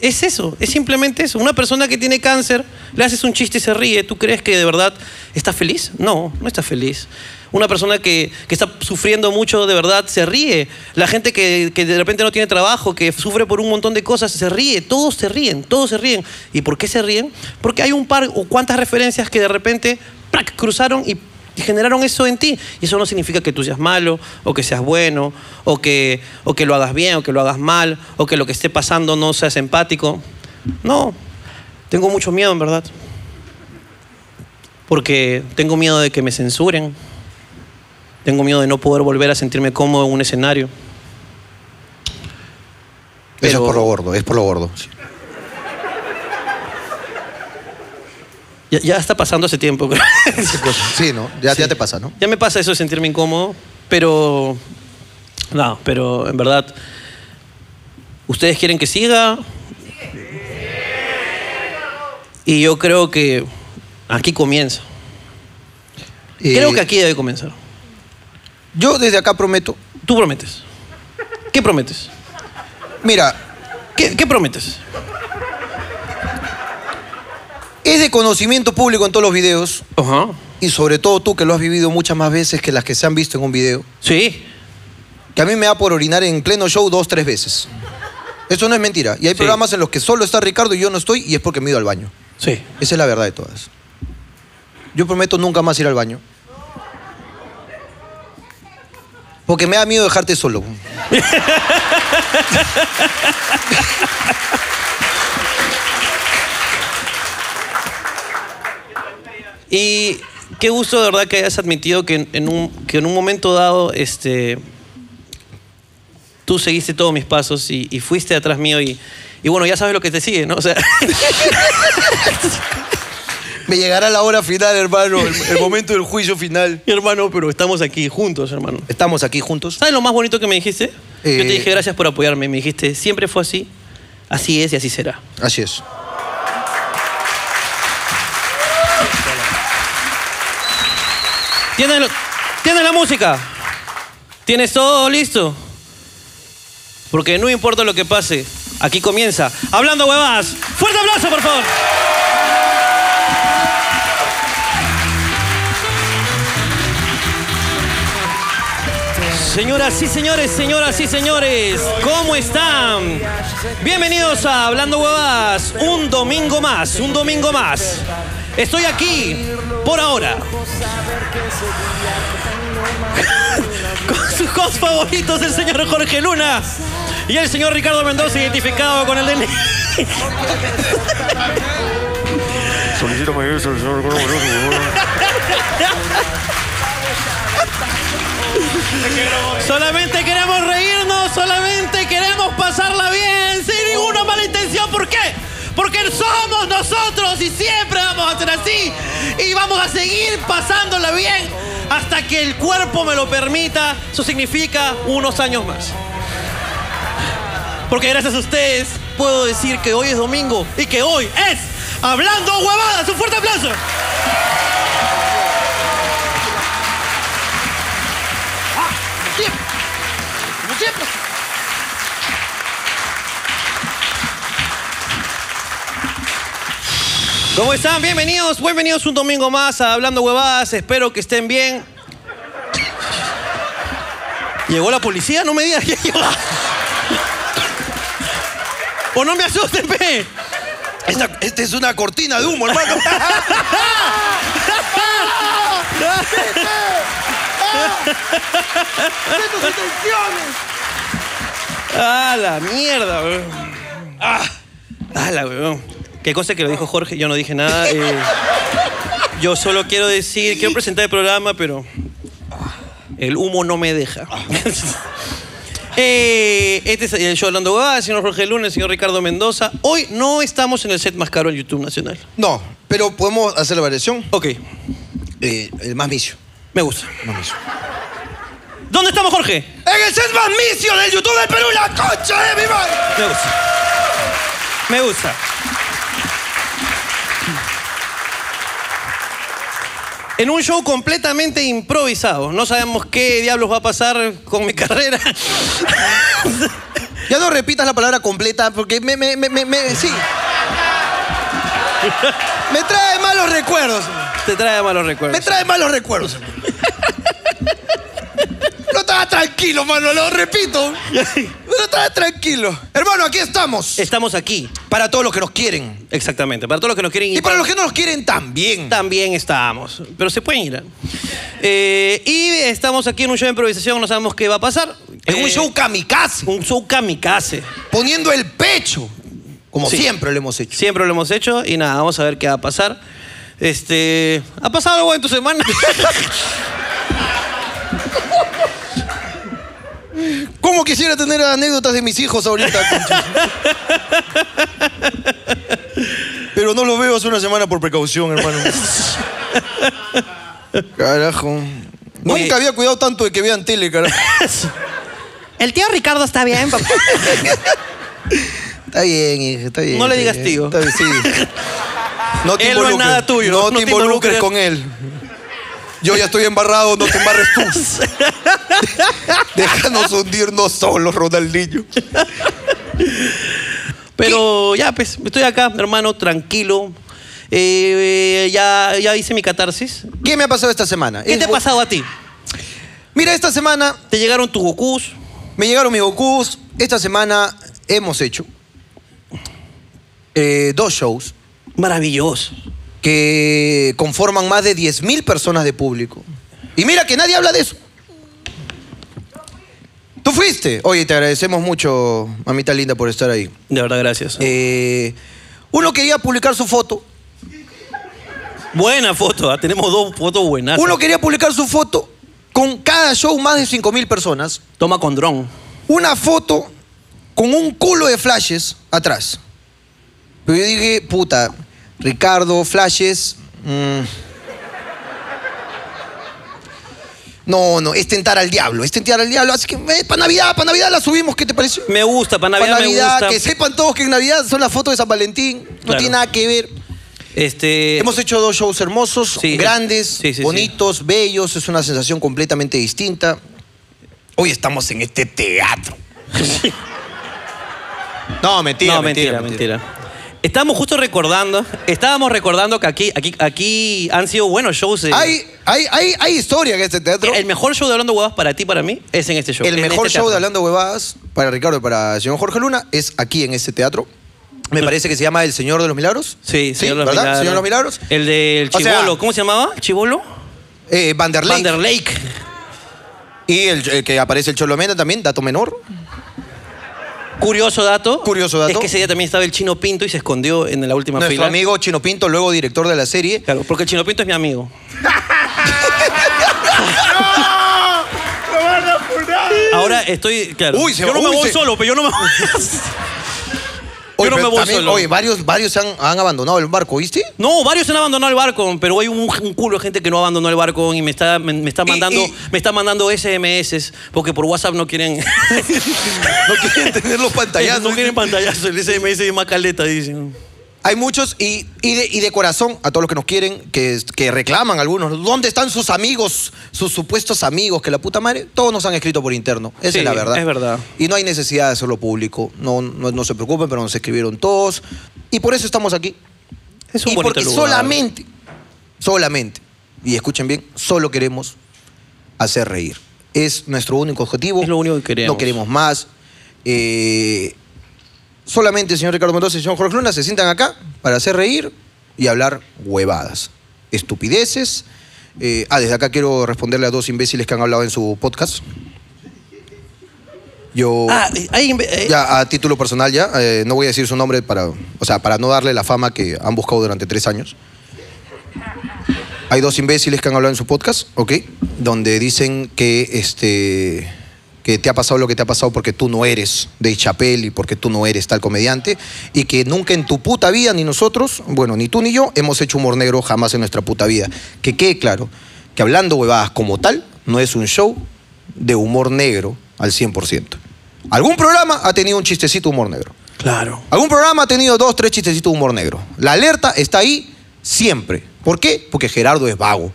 Speaker 1: Es eso, es simplemente eso. Una persona que tiene cáncer, le haces un chiste y se ríe. ¿Tú crees que de verdad está feliz? No, no está feliz. Una persona que, que está sufriendo mucho, de verdad, se ríe. La gente que, que de repente no tiene trabajo, que sufre por un montón de cosas, se ríe. Todos se ríen, todos se ríen. ¿Y por qué se ríen? Porque hay un par o cuantas referencias que de repente ¡prac! cruzaron y y generaron eso en ti. Y eso no significa que tú seas malo, o que seas bueno, o que, o que lo hagas bien, o que lo hagas mal, o que lo que esté pasando no seas empático. No, tengo mucho miedo, en verdad. Porque tengo miedo de que me censuren. Tengo miedo de no poder volver a sentirme cómodo en un escenario.
Speaker 2: Eso
Speaker 1: Pero-
Speaker 2: es por lo gordo, es por lo gordo.
Speaker 1: Ya, ya está pasando hace tiempo. creo.
Speaker 2: Sí, ¿no? Ya, ya te pasa, ¿no?
Speaker 1: Ya me pasa eso de sentirme incómodo, pero. No, pero en verdad. ¿Ustedes quieren que siga? Y yo creo que aquí comienza.
Speaker 2: Eh,
Speaker 1: Creo que aquí debe comenzar.
Speaker 2: Yo desde acá prometo.
Speaker 1: Tú prometes. ¿Qué prometes?
Speaker 2: Mira,
Speaker 1: ¿Qué, qué prometes?
Speaker 2: es de conocimiento público en todos los videos,
Speaker 1: Ajá.
Speaker 2: y sobre todo tú que lo has vivido muchas más veces que las que se han visto en un video,
Speaker 1: Sí.
Speaker 2: que a mí me da por orinar en pleno show dos, tres veces. Eso no es mentira. Y hay
Speaker 1: Sí.
Speaker 2: programas en los que solo está Ricardo y yo no estoy, y es porque me he ido al baño.
Speaker 1: Sí.
Speaker 2: Esa es la verdad de todas. Yo prometo nunca más ir al baño. Porque me da miedo dejarte solo.
Speaker 1: Y qué gusto de verdad que hayas admitido que en- en un, que en un momento dado este, tú seguiste todos mis pasos y, y fuiste atrás mío y, y bueno, ya sabes lo que te sigue, ¿no? O sea,
Speaker 2: Me llegará la hora final, hermano, el, el momento del juicio final.
Speaker 1: hermano, pero estamos aquí juntos, hermano.
Speaker 2: Estamos aquí juntos.
Speaker 1: ¿Sabes lo más bonito que me dijiste? Yo te
Speaker 2: Eh.
Speaker 1: dije gracias por apoyarme. Me dijiste, siempre fue así, así es y así será.
Speaker 2: Así es.
Speaker 1: ¿Tienes, lo- tienes la música? ¿Tienes todo listo? Porque no importa lo que pase, aquí comienza. Hablando huevadas. Fuerte abrazo, por favor. Señoras y señores, señoras y señores, ¿cómo están? Bienvenidos a Hablando Huevadas, un domingo más, un domingo más. Estoy aquí por ahora. Con sus hosts favoritos, el señor Jorge Luna y el señor Ricardo Mendoza, identificado con el DNI.
Speaker 3: Solicita mayor, solicita mayor, solicita mayor, solicita mayor.
Speaker 1: Solamente queremos reírnos, solamente queremos pasarla bien, sin ninguna mala intención. ¿Por qué? Porque somos nosotros y siempre vamos a ser así. Y vamos a seguir pasándola bien hasta que el cuerpo me lo permita. Eso significa unos años más. Porque gracias a ustedes puedo decir que hoy es domingo y que hoy es Hablando Huevadas. Un fuerte aplauso. ¿Cómo están? Bienvenidos, bienvenidos un domingo más a Hablando Huevadas. Espero que estén bien. ¿Llegó la policía? No me digas que llegó. O no me asusten, pe.
Speaker 2: Esta, esta es una cortina de humo, hermano.
Speaker 1: ¡Ah, la mierda, weón! ¡Ah! ¡Ah, la weón! Qué cosa que lo dijo Jorge, yo no dije nada. eh, yo solo quiero decir, quiero presentar el programa, pero ah, el humo no me deja. Eh, este es el show Hablando Huevadas, el señor Jorge Luna, el señor Ricardo Mendoza. Hoy no estamos en el set más caro en YouTube Nacional.
Speaker 2: No, pero podemos hacer la variación.
Speaker 1: Ok,
Speaker 2: Eh, el más micio.
Speaker 1: me gusta.
Speaker 2: Más micio.
Speaker 1: ¿Dónde estamos, Jorge?
Speaker 2: ¡En el set más micio del YouTube del Perú, la concha de mi madre!
Speaker 1: Me gusta. Me gusta. En un show completamente improvisado. No sabemos qué diablos va a pasar con mi carrera.
Speaker 2: Ya no repitas la palabra completa porque me, me, me, me, me- sí. Me trae malos recuerdos.
Speaker 1: Te trae malos recuerdos.
Speaker 2: Me trae malos recuerdos. No estaba tranquilo, mano, lo repito. No estaba tranquilo. Hermano, aquí estamos.
Speaker 1: Estamos aquí.
Speaker 2: Para todos los que nos quieren.
Speaker 1: Exactamente. Para todos los que nos quieren
Speaker 2: Y para los que no nos quieren también.
Speaker 1: también estábamos. Pero se pueden ir. ¿ah? Eh, y estamos aquí en un show de improvisación. No sabemos qué va a pasar.
Speaker 2: Es un
Speaker 1: Eh,
Speaker 2: show kamikaze.
Speaker 1: Un show kamikaze.
Speaker 2: Poniendo el pecho. Como
Speaker 1: Sí.
Speaker 2: siempre lo hemos hecho.
Speaker 1: Siempre lo hemos hecho y nada, vamos a ver qué va a pasar. Este, ¿ha pasado algo en tu semana?
Speaker 2: ¿Cómo quisiera tener anécdotas de mis hijos ahorita? concha? Pero no los veo hace una semana por precaución, hermano. Carajo.
Speaker 1: Oye.
Speaker 2: Nunca había cuidado tanto de que vean tele, carajo.
Speaker 1: El tío Ricardo está bien, papá.
Speaker 2: Está bien, hijo, está bien.
Speaker 1: No le
Speaker 2: está
Speaker 1: digas
Speaker 2: bien.
Speaker 1: tío.
Speaker 2: Está bien, sí. No
Speaker 1: Él no es
Speaker 2: involucres,
Speaker 1: nada tuyo,
Speaker 2: No,
Speaker 1: no
Speaker 2: te
Speaker 1: te
Speaker 2: involucres
Speaker 1: involucres.
Speaker 2: con él. Yo ya estoy embarrado, no te embarres tú. Déjanos hundirnos solos, Ronaldinho.
Speaker 1: Pero ya, pues, estoy acá, hermano, tranquilo. Eh, eh, ya, ya hice mi catarsis.
Speaker 2: ¿Qué me ha pasado esta semana?
Speaker 1: ¿Qué
Speaker 2: Es
Speaker 1: te ha
Speaker 2: bu-
Speaker 1: pasado a ti?
Speaker 2: Mira, esta semana
Speaker 1: ¿Te llegaron tus Gokus?
Speaker 2: me llegaron mis Gokus. Esta semana hemos hecho eh, dos shows
Speaker 1: Maravilloso.
Speaker 2: que conforman más de 10.000 personas de público. Y mira que nadie habla de eso. Tú fuiste. Oye, te agradecemos mucho, mamita linda, por estar ahí.
Speaker 1: De verdad, gracias.
Speaker 2: Eh, uno quería publicar su foto.
Speaker 1: Buena foto, ¿ah? tenemos dos fotos buenas.
Speaker 2: Uno quería publicar su foto con cada show más de 5.000 personas.
Speaker 1: Toma con dron.
Speaker 2: Una foto con un culo de flashes atrás. Pero yo dije, puta, Ricardo, flashes. mm. No, no, es tentar al diablo, es tentar al diablo. Así que, para Navidad, para Navidad la subimos, ¿qué te pareció?
Speaker 1: Me gusta, para
Speaker 2: Para
Speaker 1: Navidad, me gusta.
Speaker 2: que sepan todos que en Navidad son las fotos de San Valentín, no
Speaker 1: Claro.
Speaker 2: tiene nada que ver.
Speaker 1: Este,
Speaker 2: Hemos hecho dos shows hermosos,
Speaker 1: Sí.
Speaker 2: grandes,
Speaker 1: Sí, sí, sí.
Speaker 2: bonitos, bellos. Es una sensación completamente distinta. Hoy estamos en este teatro. no, mentira,
Speaker 1: no, mentira, mentira, Estábamos justo recordando, estábamos recordando que aquí, aquí, aquí han sido buenos shows. eh.
Speaker 2: Hay, hay, hay, hay historia en este teatro.
Speaker 1: El mejor show de Hablando Huevas para ti, para mí, es en este show.
Speaker 2: El
Speaker 1: en
Speaker 2: mejor
Speaker 1: este
Speaker 2: show de
Speaker 1: teatro.
Speaker 2: Hablando Huevadas para Ricardo y para el señor Jorge Luna es aquí en este teatro. Me parece que se llama El Señor de los Milagros.
Speaker 1: Mm. Sí, señor Los
Speaker 2: ¿verdad?
Speaker 1: Milagros.
Speaker 2: Señor de los Milagros.
Speaker 1: El del
Speaker 2: O sea-
Speaker 1: Chibolo. ¿Cómo se llamaba? ¿Chibolo?
Speaker 2: Eh, Vanderlei.
Speaker 1: Vanderlake.
Speaker 2: y el, el que aparece el Cholomena también, dato menor.
Speaker 1: Curioso dato.
Speaker 2: Curioso dato.
Speaker 1: Es que ese día también estaba el Chino Pinto y se escondió en la última
Speaker 2: Nuestro
Speaker 1: fila.
Speaker 2: amigo Chino Pinto, luego director de la serie.
Speaker 1: Claro, porque el Chino Pinto es mi amigo. Ahora estoy, claro.
Speaker 2: Uy, se
Speaker 1: yo
Speaker 2: va-
Speaker 1: no me
Speaker 2: uy,
Speaker 1: voy
Speaker 2: se-
Speaker 1: solo, pero yo no me voy.
Speaker 2: Oye,
Speaker 1: no
Speaker 2: pero
Speaker 1: me voy
Speaker 2: también,
Speaker 1: solo.
Speaker 2: Oye, varios, varios han, han abandonado el barco, ¿viste?
Speaker 1: No, varios han abandonado el barco, pero hay un, un culo de gente que no abandonó el barco y me está, me, me está
Speaker 2: Y-
Speaker 1: mandando,
Speaker 2: y-
Speaker 1: me está mandando SMS porque por WhatsApp no quieren,
Speaker 2: No quieren tener los pantallazos.
Speaker 1: no quieren pantallazo. El SMS es más caleta, dicen.
Speaker 2: Hay muchos y, y, de, y de corazón a todos los que nos quieren, que, que reclaman algunos. ¿Dónde están sus amigos, sus supuestos amigos? Que la puta madre, todos nos han escrito por interno. Esa
Speaker 1: Sí,
Speaker 2: es la verdad.
Speaker 1: es verdad.
Speaker 2: Y no hay necesidad de hacerlo público. No, no, no se preocupen, pero nos escribieron todos. Y por eso estamos aquí.
Speaker 1: Es un
Speaker 2: y
Speaker 1: bonito
Speaker 2: porque
Speaker 1: lugar.
Speaker 2: solamente, solamente, y escuchen bien, solo queremos hacer reír. Es nuestro único objetivo.
Speaker 1: Es lo único que queremos.
Speaker 2: No queremos más. Eh, solamente el señor Ricardo Mendoza y el señor Jorge Luna se sientan acá para hacer reír y hablar huevadas, estupideces. Eh, ah, desde acá quiero responderle a dos imbéciles que han hablado en su podcast. Yo
Speaker 1: Ah, hay, eh,
Speaker 2: ya a título personal ya, eh, no voy a decir su nombre para, o sea, para no darle la fama que han buscado durante tres años. Hay dos imbéciles que han hablado en su podcast, ¿ok? Donde dicen que este que te ha pasado lo que te ha pasado porque tú no eres de Chapel y porque tú no eres tal comediante y que nunca en tu puta vida ni nosotros, bueno, ni tú ni yo hemos hecho humor negro jamás en nuestra puta vida. Que quede claro que hablando huevadas como tal no es un show de humor negro al 100%. Algún programa ha tenido un chistecito de humor negro.
Speaker 1: claro.
Speaker 2: Algún programa ha tenido dos, tres chistecitos de humor negro. La alerta está ahí siempre. ¿Por qué? Porque Gerardo es vago.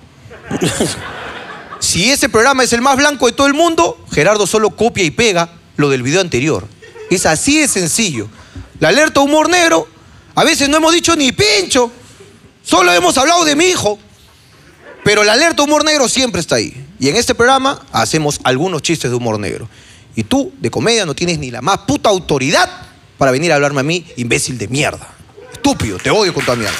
Speaker 2: si ese programa es el más blanco de todo el mundo, Gerardo solo copia y pega lo del video anterior. Es así de sencillo. La alerta humor negro, a veces no hemos dicho ni pincho. Solo hemos hablado de mi hijo. Pero el alerta humor negro siempre está ahí. Y en este programa hacemos algunos chistes de humor negro. Y tú, de comedia, no tienes ni la más puta autoridad para venir a hablarme a mí, imbécil de mierda. Estúpido, te odio con tu mierda.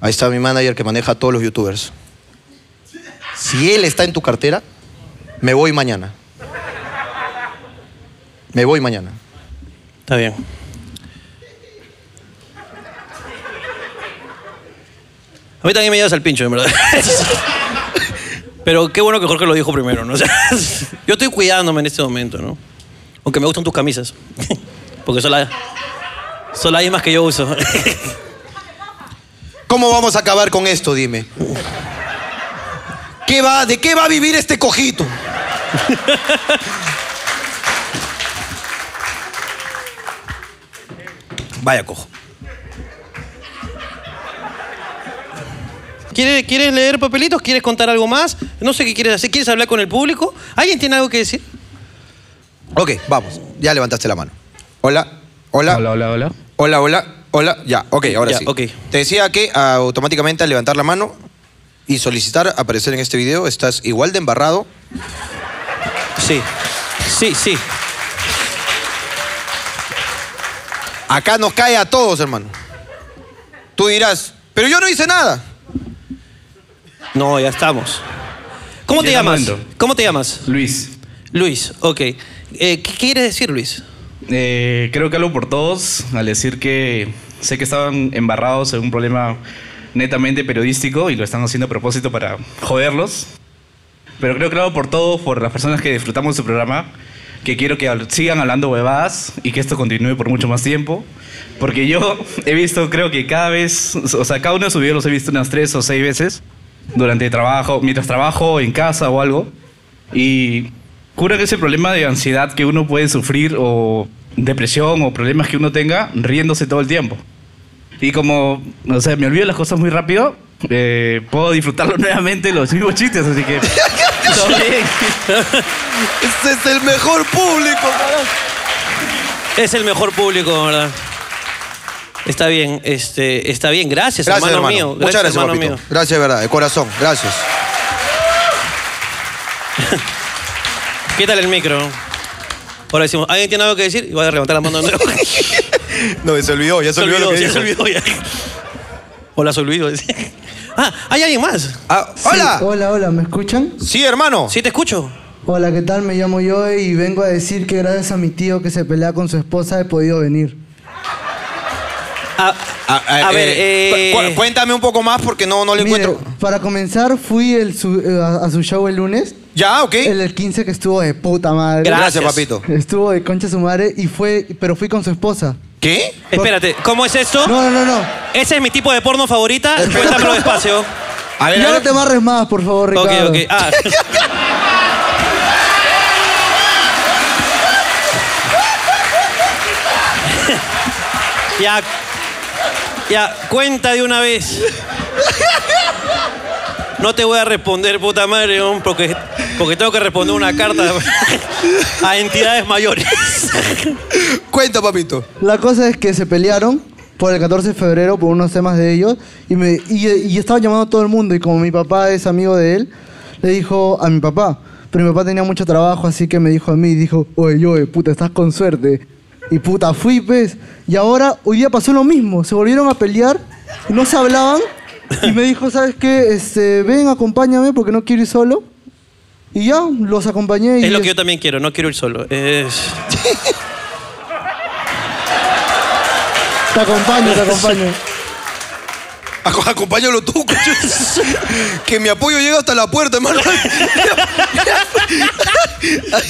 Speaker 2: Ahí está mi manager que maneja a todos los youtubers. Si él está en tu cartera, me voy mañana. Me voy mañana.
Speaker 1: Está bien. A mí también me llevas al pincho, en verdad. Pero qué bueno que Jorge lo dijo primero, ¿no? O sea, yo estoy cuidándome en este momento, ¿no? Aunque me gustan tus camisas. Porque son las, son las mismas que yo uso.
Speaker 2: ¿Cómo vamos a acabar con esto, dime? ¿Qué va, ¿De qué va a vivir este cojito? Vaya cojo.
Speaker 1: ¿Quieres, ¿Quieres leer papelitos? ¿Quieres contar algo más? No sé qué quieres hacer. ¿Quieres hablar con el público? ¿Alguien tiene algo que decir?
Speaker 2: Ok, vamos. Ya levantaste la mano. Hola, hola.
Speaker 4: Hola, hola, hola.
Speaker 2: Hola, hola, hola. Ya, ok, ahora
Speaker 1: Ya,
Speaker 2: sí.
Speaker 1: ok.
Speaker 2: Te decía que ah, automáticamente al levantar la mano y solicitar aparecer en este video, estás igual de embarrado.
Speaker 1: Sí. Sí, sí.
Speaker 2: Acá nos cae a todos, hermano. Tú dirás, pero yo no hice nada.
Speaker 1: No, ya estamos. ¿Cómo te
Speaker 4: Llega
Speaker 1: llamas?
Speaker 4: el momento.
Speaker 1: ¿Cómo te llamas?
Speaker 4: Luis,
Speaker 1: Luis, ok. Eh, ¿Qué quieres decir, Luis?
Speaker 4: eh, creo que hablo por todos al decir que sé que estaban embarrados en un problema netamente periodístico y lo están haciendo a propósito para joderlos. Pero creo que hablo por todos, por las personas que disfrutamos de su programa, que quiero que hab- sigan hablando huevadas y que esto continúe por mucho más tiempo. Porque yo he visto, creo que cada vez, o sea, cada uno de sus videos los he visto unas tres o seis veces durante trabajo, mientras trabajo, en casa o algo. Y cura que ese problema de ansiedad que uno puede sufrir o depresión o problemas que uno tenga riéndose todo el tiempo. Y como, o sea, me olvido las cosas muy rápido, eh, puedo disfrutarlo nuevamente los mismos chistes, así que... todo bien.
Speaker 2: Este es el mejor público, carajo.
Speaker 1: Es el mejor público, ¿verdad? Está bien, este, está bien. Gracias,
Speaker 2: Gracias, hermano.
Speaker 1: hermano, mío.
Speaker 2: Muchas gracias, papito. Gracias, de verdad, de corazón. Gracias.
Speaker 1: Quítale el micro. Ahora decimos, ¿alguien tiene algo que decir? Y va a levantar la mano de nuevo.
Speaker 2: No, se olvidó, ya
Speaker 1: se
Speaker 2: se, olvidó, lo
Speaker 1: olvidó,
Speaker 2: que
Speaker 1: ya se
Speaker 2: dijo.
Speaker 1: olvidó ya. Hola, se olvidó. Ah, ¿hay alguien más?
Speaker 2: Ah,
Speaker 5: Sí,
Speaker 2: hola.
Speaker 5: hola, hola, ¿me escuchan?
Speaker 2: Sí, hermano.
Speaker 1: Sí, te escucho.
Speaker 5: Hola, ¿qué tal? Me llamo yo y vengo a decir que gracias a mi tío que se pelea con su esposa he podido venir.
Speaker 1: A,
Speaker 2: Ah, ah,
Speaker 1: a ver,
Speaker 2: cu- cu-
Speaker 1: eh,
Speaker 2: cuéntame un poco más porque no, no lo
Speaker 5: Mire,
Speaker 2: encuentro.
Speaker 5: para comenzar, fui el su- eh, a, a su show el lunes,
Speaker 2: Ya, ok.
Speaker 5: el, el 15 que estuvo de puta madre.
Speaker 2: Gracias,
Speaker 1: Gracias.
Speaker 2: papito.
Speaker 5: Estuvo de concha su madre y fue, pero fui con su esposa.
Speaker 2: ¿Qué?
Speaker 1: espérate, ¿cómo es
Speaker 2: Ah.
Speaker 1: esto?
Speaker 5: No, no, no, no.
Speaker 1: Ese es mi tipo de porno favorita. Cuéntamelo despacio.
Speaker 2: A ver,
Speaker 5: Ya
Speaker 2: a
Speaker 5: no
Speaker 2: ver.
Speaker 5: te amarres más, por favor,
Speaker 1: Ok,
Speaker 5: Ricardo.
Speaker 1: ok. Ah. ya. Ya, cuenta de una vez. No te voy a responder, puta madre, ¿no? porque, porque tengo que responder una carta a entidades mayores.
Speaker 2: Cuenta, papito.
Speaker 5: La cosa es que se pelearon por el 14 de febrero por unos temas de ellos y, me, y, y estaba llamando a todo el mundo y como mi papá es amigo de él, le dijo a mi papá, pero mi papá tenía mucho trabajo así que me dijo a mí, dijo, oye, oye, puta, estás con suerte. Y puta, fui, pez. Y ahora, hoy día pasó lo mismo, se volvieron a pelear, no se hablaban y me dijo, ¿sabes qué? Este, ven, acompáñame porque no quiero ir solo. Y ya, los acompañé. y
Speaker 1: es lo que yo también quiero, no quiero ir solo. Es-
Speaker 5: Te acompaño, te acompaño.
Speaker 2: Ac- Acompáñalo tú, coño. Que mi apoyo llega hasta la puerta, hermano.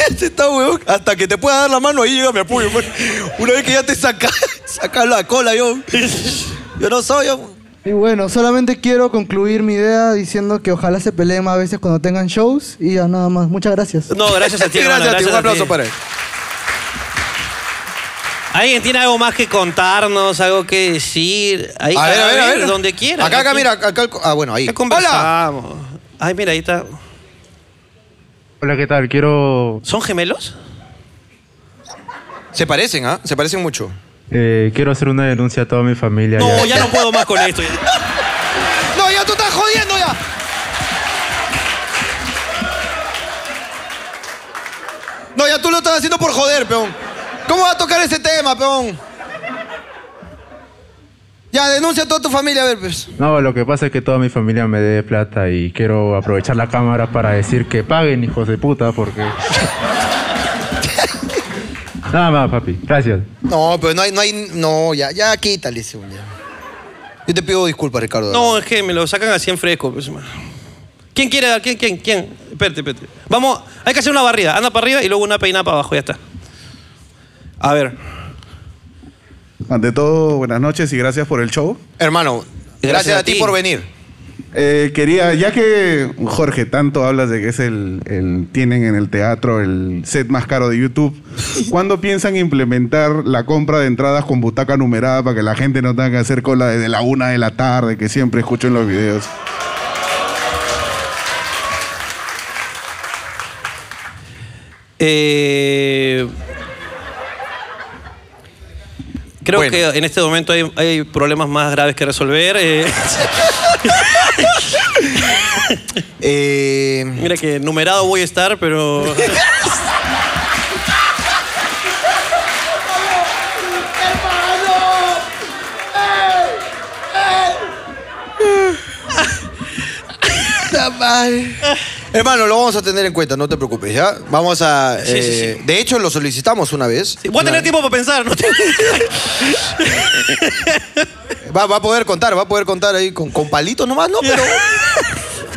Speaker 2: Este está huevón. Hasta que te pueda dar la mano, ahí llega mi apoyo, hermano. Una vez que ya te saca, saca la cola, yo. Yo no soy, yo.
Speaker 5: Y bueno, solamente quiero concluir mi idea diciendo que ojalá se peleen más veces cuando tengan shows y ya nada más. Muchas gracias.
Speaker 1: No, gracias a ti. hermano,
Speaker 2: Gracias, a ti. Un
Speaker 1: a
Speaker 2: aplauso
Speaker 1: ti.
Speaker 2: para él.
Speaker 1: ¿Alguien tiene algo más que contarnos, algo que decir? Ahí
Speaker 2: A ver,
Speaker 1: cada
Speaker 2: a ver, a
Speaker 1: vez,
Speaker 2: ver.
Speaker 1: Donde quiera.
Speaker 2: Acá, acá,
Speaker 1: Aquí-
Speaker 2: mira. Acá, ah, bueno, ahí.
Speaker 1: Ya
Speaker 2: Hola.
Speaker 1: conversamos. Ay, mira, ahí está.
Speaker 6: Hola, ¿qué tal? Quiero,
Speaker 1: ¿Son gemelos?
Speaker 2: Se parecen, ¿ah? Se parecen mucho.
Speaker 6: eh, quiero hacer una denuncia a toda mi familia.
Speaker 1: No,
Speaker 6: ya.
Speaker 1: ya no puedo más con esto.
Speaker 2: No, ya tú estás jodiendo ya. No, ya tú lo estás haciendo por joder, peón. ¿Cómo va a tocar ese tema, peón? Ya, denuncia a toda tu familia, a ver, pues.
Speaker 6: No, lo que pasa es que toda mi familia me debe plata y quiero aprovechar la cámara para decir que paguen, hijos de puta, porque... Nada más, papi. Gracias.
Speaker 2: No, pero no hay, no hay, no, ya, ya quítale ese, güey, ya. Yo te pido disculpas, Ricardo.
Speaker 1: No, es que me lo sacan así en fresco. pues, man. ¿Quién quiere dar? ¿Quién? ¿Quién? ¿Quién? Espérate, espérate. Vamos, hay que hacer una barrida. Anda para arriba y luego una peinada para abajo, ya está. A ver.
Speaker 7: Ante todo, buenas noches y gracias por el show.
Speaker 2: Hermano, gracias,
Speaker 1: Gracias
Speaker 2: a,
Speaker 1: a
Speaker 2: ti
Speaker 1: ti.
Speaker 2: por venir.
Speaker 7: Eh, quería, ya que Jorge tanto hablas de que es el, el- tienen en el teatro el set más caro de YouTube, ¿cuándo piensan implementar la compra de entradas con butaca numerada para que la gente no tenga que hacer cola desde la una de la tarde que siempre escucho en los videos?
Speaker 1: Eh, creo
Speaker 2: Bueno.
Speaker 1: que en este momento hay, hay problemas más graves que resolver. eh.
Speaker 2: Eh,
Speaker 1: mira que numerado voy a estar, pero...
Speaker 2: hermano, lo vamos a tener en cuenta, no te preocupes, ¿ya? Vamos a...
Speaker 1: Sí, sí,
Speaker 2: eh, De hecho, lo solicitamos una vez.
Speaker 1: Voy a tener tiempo para pensar. ¿no?
Speaker 2: Va, va a poder contar, va a poder contar ahí con, con palitos nomás, ¿no? Pero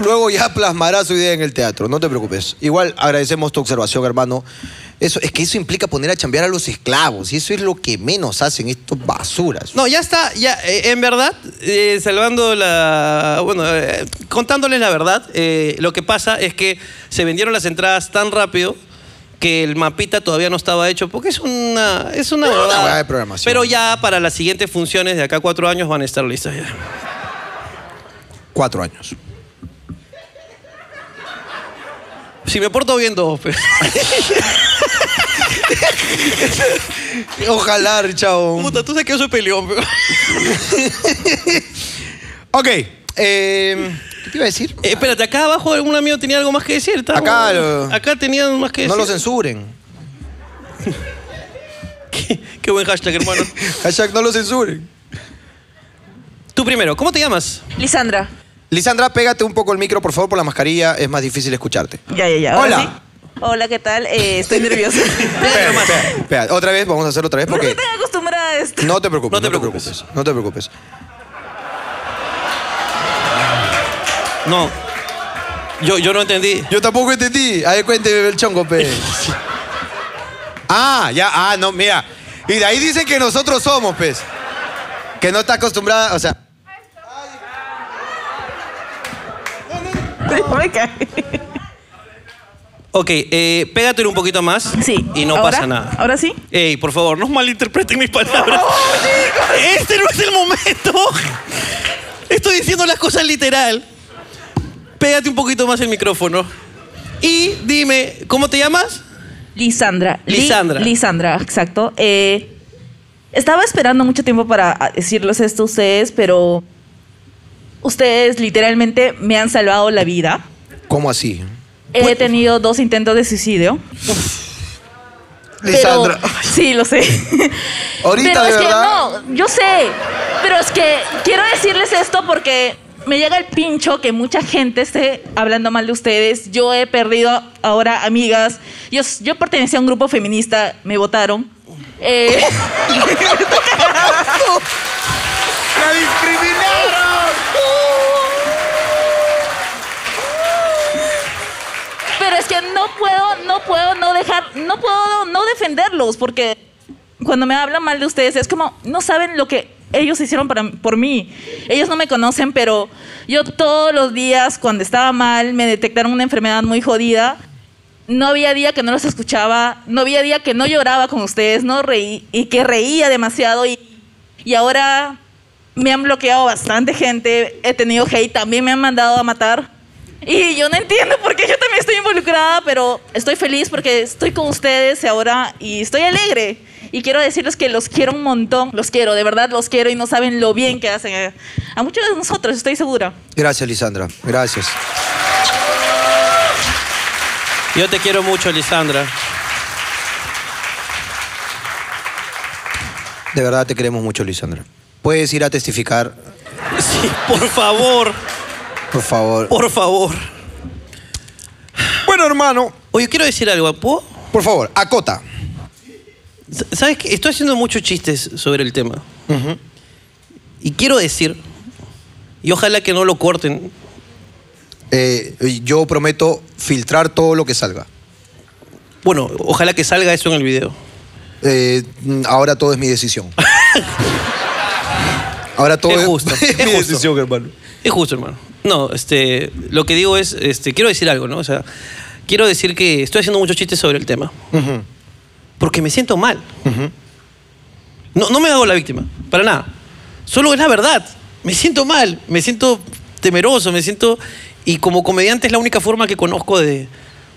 Speaker 2: luego ya plasmará su idea en el teatro, no te preocupes. Igual agradecemos tu observación, hermano. Eso, es que eso implica poner a chambear a los esclavos y eso es lo que menos hacen estos basuras.
Speaker 1: No, ya está, ya, eh, en verdad, eh, salvando la. Bueno, eh, contándoles la verdad, eh, lo que pasa es que se vendieron las entradas tan rápido que el mapita todavía no estaba hecho, porque es una. Es una,
Speaker 2: una
Speaker 1: huevada.
Speaker 2: huevada de programación.
Speaker 1: Pero ya para las siguientes funciones de acá a cuatro años van a estar listas ya.
Speaker 2: Cuatro años.
Speaker 1: Si me porto bien, dos. pe.
Speaker 2: Ojalá, chao.
Speaker 1: Puta, tú sabes que yo soy peleón, pe.
Speaker 2: Ok, eh, ¿qué te iba a decir?
Speaker 1: Eh, espérate, acá abajo algún amigo tenía algo más que decir. ¿tá?
Speaker 2: Acá lo-
Speaker 1: acá tenían más que
Speaker 2: No lo
Speaker 1: decir.
Speaker 2: censuren.
Speaker 1: Qué buen hashtag, hermano.
Speaker 2: Hashtag no lo censuren.
Speaker 1: Tú primero, ¿cómo te llamas?
Speaker 8: Lisandra.
Speaker 2: Lisandra, pégate un poco el micro, por favor, por la mascarilla. Es más difícil escucharte.
Speaker 8: Ya, ya, ya. ahora
Speaker 2: Hola.
Speaker 8: sí. Hola, ¿qué tal? Eh, estoy nerviosa.
Speaker 2: Espera, espera, espera. Otra vez, vamos a hacerlo otra vez
Speaker 8: no estoy
Speaker 2: porque...
Speaker 8: tan acostumbrada a esto.
Speaker 2: No te preocupes,
Speaker 1: No te preocupes.
Speaker 2: No te preocupes.
Speaker 1: No. Yo, yo no entendí.
Speaker 2: Yo tampoco entendí. A ver, cuénteme el chongo, pe. ah, ya, ah, no, mira. Y de ahí dicen que nosotros somos, pues. Que no está acostumbrada, o sea.
Speaker 8: Me cae.
Speaker 1: Ok, eh, pégatelo un poquito más.
Speaker 8: Sí.
Speaker 1: Y no
Speaker 8: ¿Ahora?
Speaker 1: pasa nada.
Speaker 8: ¿Ahora sí?
Speaker 1: Ey, por favor, no malinterpreten mis palabras.
Speaker 8: ¡Oh,
Speaker 1: este no es el momento. Estoy diciendo las cosas literal. Pégate un poquito más el micrófono. Y dime, ¿cómo te llamas?
Speaker 8: Lisandra. Li-
Speaker 1: Lisandra.
Speaker 8: Lisandra, exacto. Eh, estaba esperando mucho tiempo para ah, decirles esto a ustedes, pero ustedes literalmente me han salvado la vida.
Speaker 2: ¿Cómo así?
Speaker 8: He tenido dos intentos de suicidio. pero-
Speaker 2: Lisandra.
Speaker 8: sí, lo sé.
Speaker 2: Ahorita,
Speaker 8: pero
Speaker 2: de
Speaker 8: es
Speaker 2: verdad.
Speaker 8: que no, yo sé. Pero es que quiero decirles esto porque me llega el pincho que mucha gente esté hablando mal de ustedes. Yo he perdido ahora amigas. Yo, yo pertenecía a un grupo feminista, me votaron. Eh,
Speaker 2: ¡La discriminaron!
Speaker 8: Pero es que no puedo, no puedo no dejar, no puedo no defenderlos porque cuando me hablan mal de ustedes es como, no saben lo que ellos hicieron para, por mí. Ellos no me conocen, pero yo todos los días cuando estaba mal me detectaron una enfermedad muy jodida. No había día que no los escuchaba, no había día que no lloraba con ustedes, no reí y que reía demasiado y, y ahora me han bloqueado bastante gente, he tenido hate, también me han mandado a matar. Y yo no entiendo por qué yo también estoy involucrada, pero estoy feliz porque estoy con ustedes ahora y estoy alegre. Y quiero decirles que los quiero un montón, los quiero, de verdad los quiero y no saben lo bien que hacen a, a muchos de nosotros, estoy segura.
Speaker 2: Gracias, Lisandra. Gracias.
Speaker 1: Yo te quiero mucho, Lisandra.
Speaker 2: De verdad te queremos mucho, Lisandra. Puedes ir a testificar,
Speaker 1: Sí, por favor,
Speaker 2: por favor.
Speaker 1: por favor.
Speaker 2: Bueno, hermano.
Speaker 1: Oye, quiero decir algo. ¿Puedo?
Speaker 2: Por favor, acota.
Speaker 1: S- ¿Sabes qué? Estoy haciendo muchos chistes sobre el tema. Y quiero decir, y ojalá que no lo corten,
Speaker 2: Eh, yo prometo filtrar todo lo que salga.
Speaker 1: bueno, ojalá que salga eso en el video.
Speaker 2: Eh, ahora todo es mi decisión. Ahora todo
Speaker 1: Es
Speaker 2: es,
Speaker 1: justo,
Speaker 2: es
Speaker 1: es
Speaker 2: mi
Speaker 1: justo.
Speaker 2: decisión, hermano.
Speaker 1: Es justo, hermano. No, este, lo que digo es, este, quiero decir algo, ¿no? O sea, quiero decir que estoy haciendo muchos chistes sobre el tema. Porque me siento mal. no, no me hago la víctima, para nada. Solo es la verdad. Me siento mal, me siento temeroso, me siento... Y como comediante es la única forma que conozco de,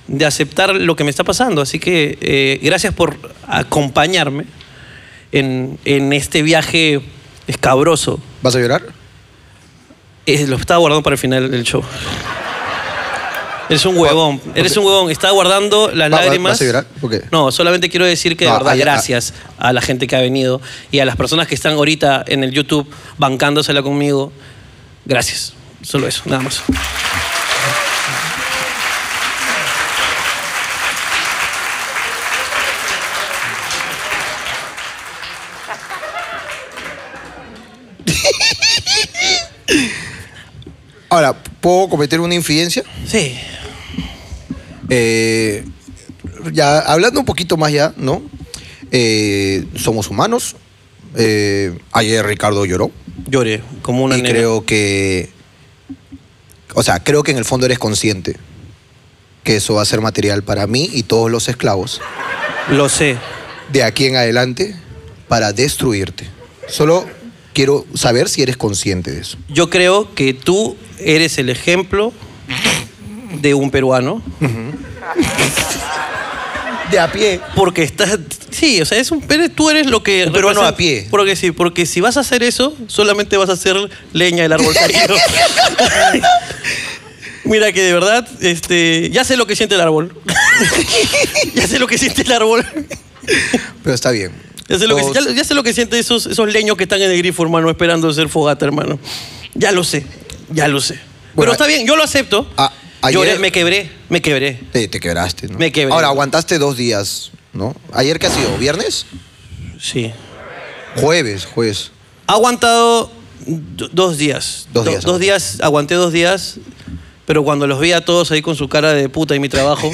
Speaker 1: de aceptar lo que me está pasando. Así que eh, gracias por acompañarme en, en este viaje escabroso.
Speaker 2: ¿Vas a llorar?
Speaker 1: Eh, lo estaba guardando para el final del show. Eres un huevón, eres un huevón. Estaba guardando las
Speaker 2: Ah, Va- va-
Speaker 1: lágrimas.
Speaker 2: ¿vas a llorar? ¿Por qué?
Speaker 1: No, solamente quiero decir que de
Speaker 2: No,
Speaker 1: verdad
Speaker 2: hay- hay-
Speaker 1: gracias a la gente que ha venido y a las personas que están ahorita en el YouTube bancándosela conmigo. Gracias. Solo eso, nada más.
Speaker 2: Ahora, ¿puedo cometer una infidencia?
Speaker 1: Sí.
Speaker 2: Eh, ya hablando un poquito más ya, ¿no? Eh, somos humanos. Eh, ayer Ricardo lloró.
Speaker 1: Lloré como una
Speaker 2: y
Speaker 1: nena.
Speaker 2: creo que. O sea, creo que en el fondo eres consciente que eso va a ser material para mí y todos los esclavos
Speaker 1: Lo sé.
Speaker 2: de aquí en adelante para destruirte. Solo quiero saber si eres consciente de eso.
Speaker 1: Yo creo que tú eres el ejemplo de un peruano.
Speaker 2: De a pie.
Speaker 1: Porque estás. Sí, o sea, es un, eres- tú eres lo que.
Speaker 2: Un peruano
Speaker 1: representa-
Speaker 2: a pie.
Speaker 1: Porque sí, porque si vas a hacer eso, solamente vas a hacer leña del árbol caído. Mira que de verdad, este, ya sé lo que siente el árbol. ya sé lo que siente el árbol.
Speaker 2: Pero está bien.
Speaker 1: Ya sé lo que,
Speaker 2: Todos-
Speaker 1: ya- ya sé lo que siente esos, esos leños que están en el grifo, hermano, esperando ser fogata, hermano. Ya lo sé, ya lo sé. Pero
Speaker 2: Bueno,
Speaker 1: está bien, yo lo acepto.
Speaker 2: a- ayer-
Speaker 1: Lloré, me quebré, me quebré.
Speaker 2: Te, te quebraste, ¿no?
Speaker 1: Me quebré.
Speaker 2: Ahora, aguantaste dos días, ¿no? ¿Ayer qué ha sido? ¿Viernes?
Speaker 1: Sí.
Speaker 2: Jueves, jueves.
Speaker 1: Ha aguantado do- dos días.
Speaker 2: Dos
Speaker 1: Do-
Speaker 2: días,
Speaker 1: dos
Speaker 2: aguantó.
Speaker 1: días, aguanté dos días, pero cuando los vi a todos ahí con su cara de puta y mi trabajo,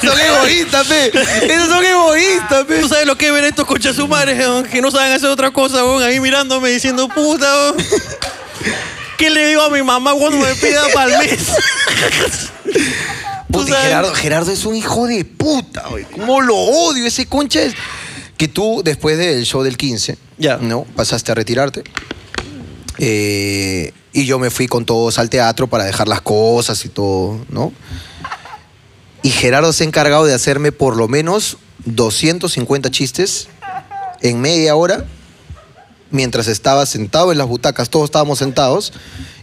Speaker 2: Son egoístas, pe. Esos son egoístas, pe.
Speaker 1: ¿tú sabes lo que es ver a estos conchas sumares weón? que no saben hacer otra cosa, weón, ahí mirándome diciendo puta, weón. ¿Qué le digo a mi mamá cuando me pida para el mes?
Speaker 2: Puta,
Speaker 1: Tú sabes.
Speaker 2: Gerardo, Gerardo es un hijo de puta, güey. ¿Cómo lo odio? Ese concha es... Que tú, después del show del 15,
Speaker 1: Ya.
Speaker 2: ¿no? Pasaste a retirarte. Eh, y yo me fui con todos al teatro para dejar las cosas y todo, ¿no? Y Gerardo se ha encargado de hacerme por lo menos 250 chistes en media hora mientras estaba sentado en las butacas, todos estábamos sentados,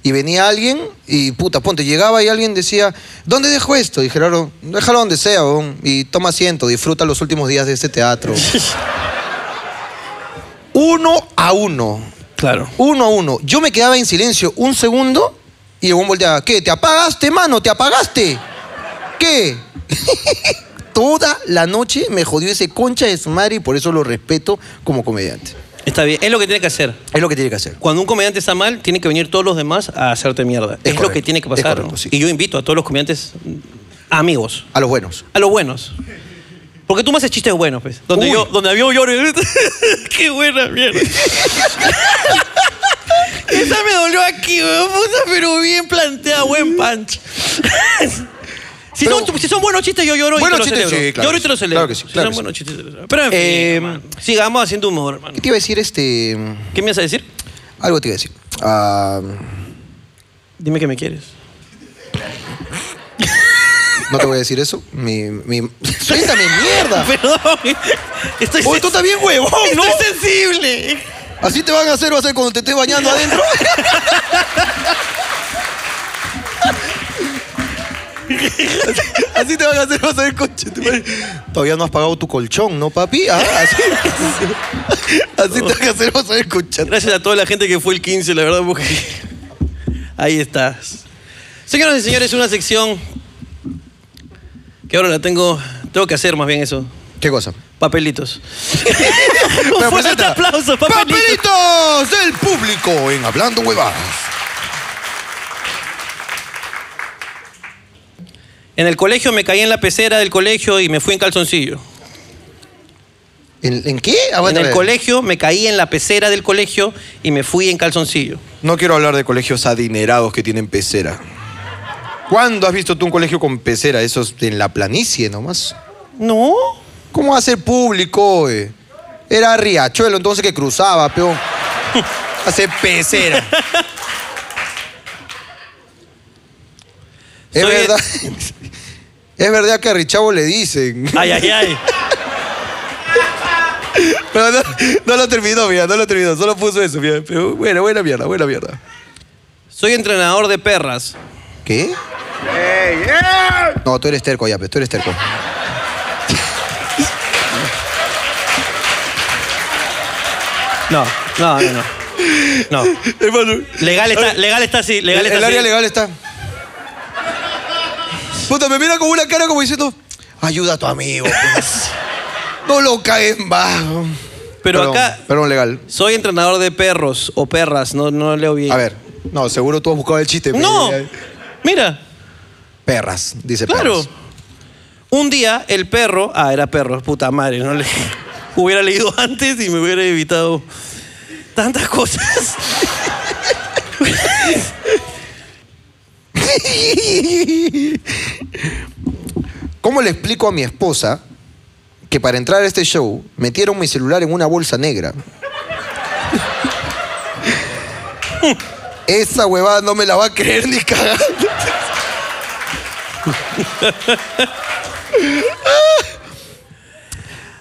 Speaker 2: y venía alguien y puta, ponte, llegaba y alguien decía, ¿dónde dejo esto? Y Gerardo, déjalo donde sea, huevón, y toma asiento, disfruta los últimos días de este teatro. uno a uno,
Speaker 1: Claro.
Speaker 2: uno a uno. Yo me quedaba en silencio un segundo y el huevón volteaba, ¿qué? ¿Te apagaste, mano? ¿Te apagaste? ¿Qué? Toda la noche me jodió ese concha de su madre y por eso lo respeto como comediante.
Speaker 1: Está bien, es lo que tiene que hacer.
Speaker 2: Es lo que tiene que hacer.
Speaker 1: Cuando un comediante está mal, tienen que venir todos los demás a hacerte mierda. Es, lo
Speaker 2: correcto,
Speaker 1: que tiene que
Speaker 2: es
Speaker 1: pasar.
Speaker 2: correcto,
Speaker 1: ¿no?
Speaker 2: sí.
Speaker 1: Y yo invito a todos los comediantes mm, amigos,
Speaker 2: A los buenos.
Speaker 1: a los buenos. Porque tú me haces chistes buenos, pues. Donde
Speaker 2: Uy.
Speaker 1: yo, donde había un lloro. Qué buena mierda. Esa me dolió aquí, weón, puta, pero bien planteada, buen punch. si,
Speaker 2: Pero-
Speaker 1: son, tu- si son buenos chistes, yo lloro
Speaker 2: Buenos
Speaker 1: y te lo
Speaker 2: chistes,
Speaker 1: celebro.
Speaker 2: sí, claro
Speaker 1: Lloro y
Speaker 2: que
Speaker 1: te lo
Speaker 2: sí,
Speaker 1: celebro.
Speaker 2: claro que sí,
Speaker 1: si son
Speaker 2: claro que sí.
Speaker 1: buenos chistes, te lo celebro. Pero en fin,
Speaker 2: Eh,
Speaker 1: hermano, sigamos haciendo humor, hermano.
Speaker 2: ¿Qué te iba a decir este?
Speaker 1: ¿Qué me vas a decir?
Speaker 2: Algo te iba a decir. Ah,
Speaker 1: Dime que me quieres.
Speaker 2: no te voy a decir eso. Mi, mi... Suéltame mierda.
Speaker 1: Perdón. Estoy
Speaker 2: Oye, tú también, huevón, ¿no?
Speaker 1: Estoy sensible.
Speaker 2: Así te van a hacer o hacer cuando te estés bañando adentro. Así te van a hacer o hacer coche. te van a- Todavía no has pagado tu colchón, ¿no, papi? Ah, así, así te van a hacer o hacer coche.
Speaker 1: Gracias a toda la gente que fue el 15, la verdad, porque ahí estás. Señoras y señores, una sección que ahora la tengo, tengo que hacer más bien eso.
Speaker 2: ¿Qué cosa?
Speaker 1: Papelitos. Un fuerte
Speaker 2: preséntala.
Speaker 1: aplauso, papelitos.
Speaker 2: Papelitos del público en Hablando Huevadas.
Speaker 1: En el colegio me caí en la pecera del colegio y me fui en calzoncillo.
Speaker 2: ¿En, en qué? Ah,
Speaker 1: en
Speaker 2: otra
Speaker 1: el
Speaker 2: vez.
Speaker 1: colegio me caí en la pecera del colegio y me fui en calzoncillo.
Speaker 2: No quiero hablar de colegios adinerados que tienen pecera. ¿Cuándo has visto tú un colegio con pecera? Eso es en la planicie nomás.
Speaker 1: No.
Speaker 2: ¿Cómo va a ser público? eh? Era Riachuelo entonces que cruzaba, peón. Hace pecera. Es
Speaker 1: Soy-
Speaker 2: verdad. Es verdad que a Richavo le dicen.
Speaker 1: Ay, ay, ay.
Speaker 2: Pero no, no lo terminó, mira, no lo terminó. Solo puso eso, mira. Pero buena, buena mierda, buena mierda.
Speaker 1: Soy entrenador de perras.
Speaker 2: ¿Qué? No, tú eres terco, ya, pues, tú eres terco.
Speaker 1: No, no, no, no. No.
Speaker 2: Hermano,
Speaker 1: Legal está, legal está así, legal
Speaker 2: el,
Speaker 1: está
Speaker 2: el área
Speaker 1: así.
Speaker 2: legal está. Puta, me mira con una cara como diciendo, ayuda a tu amigo. pues. No lo caen bajo.
Speaker 1: Pero
Speaker 2: Perdón,
Speaker 1: acá
Speaker 2: Perdón, legal.
Speaker 1: soy entrenador de perros o perras, no, no leo bien.
Speaker 2: A ver. No, seguro tú has buscado el chiste.
Speaker 1: No.
Speaker 2: pero-
Speaker 1: Mira,
Speaker 2: Perras, dice
Speaker 1: claro.
Speaker 2: perras.
Speaker 1: Un día el perro, ah, era perro, puta madre, no le hubiera leído antes y me hubiera evitado tantas cosas.
Speaker 2: ¿Cómo le explico a mi esposa que para entrar a este show metieron mi celular en una bolsa negra? Esa huevada no me la va a creer ni cagando.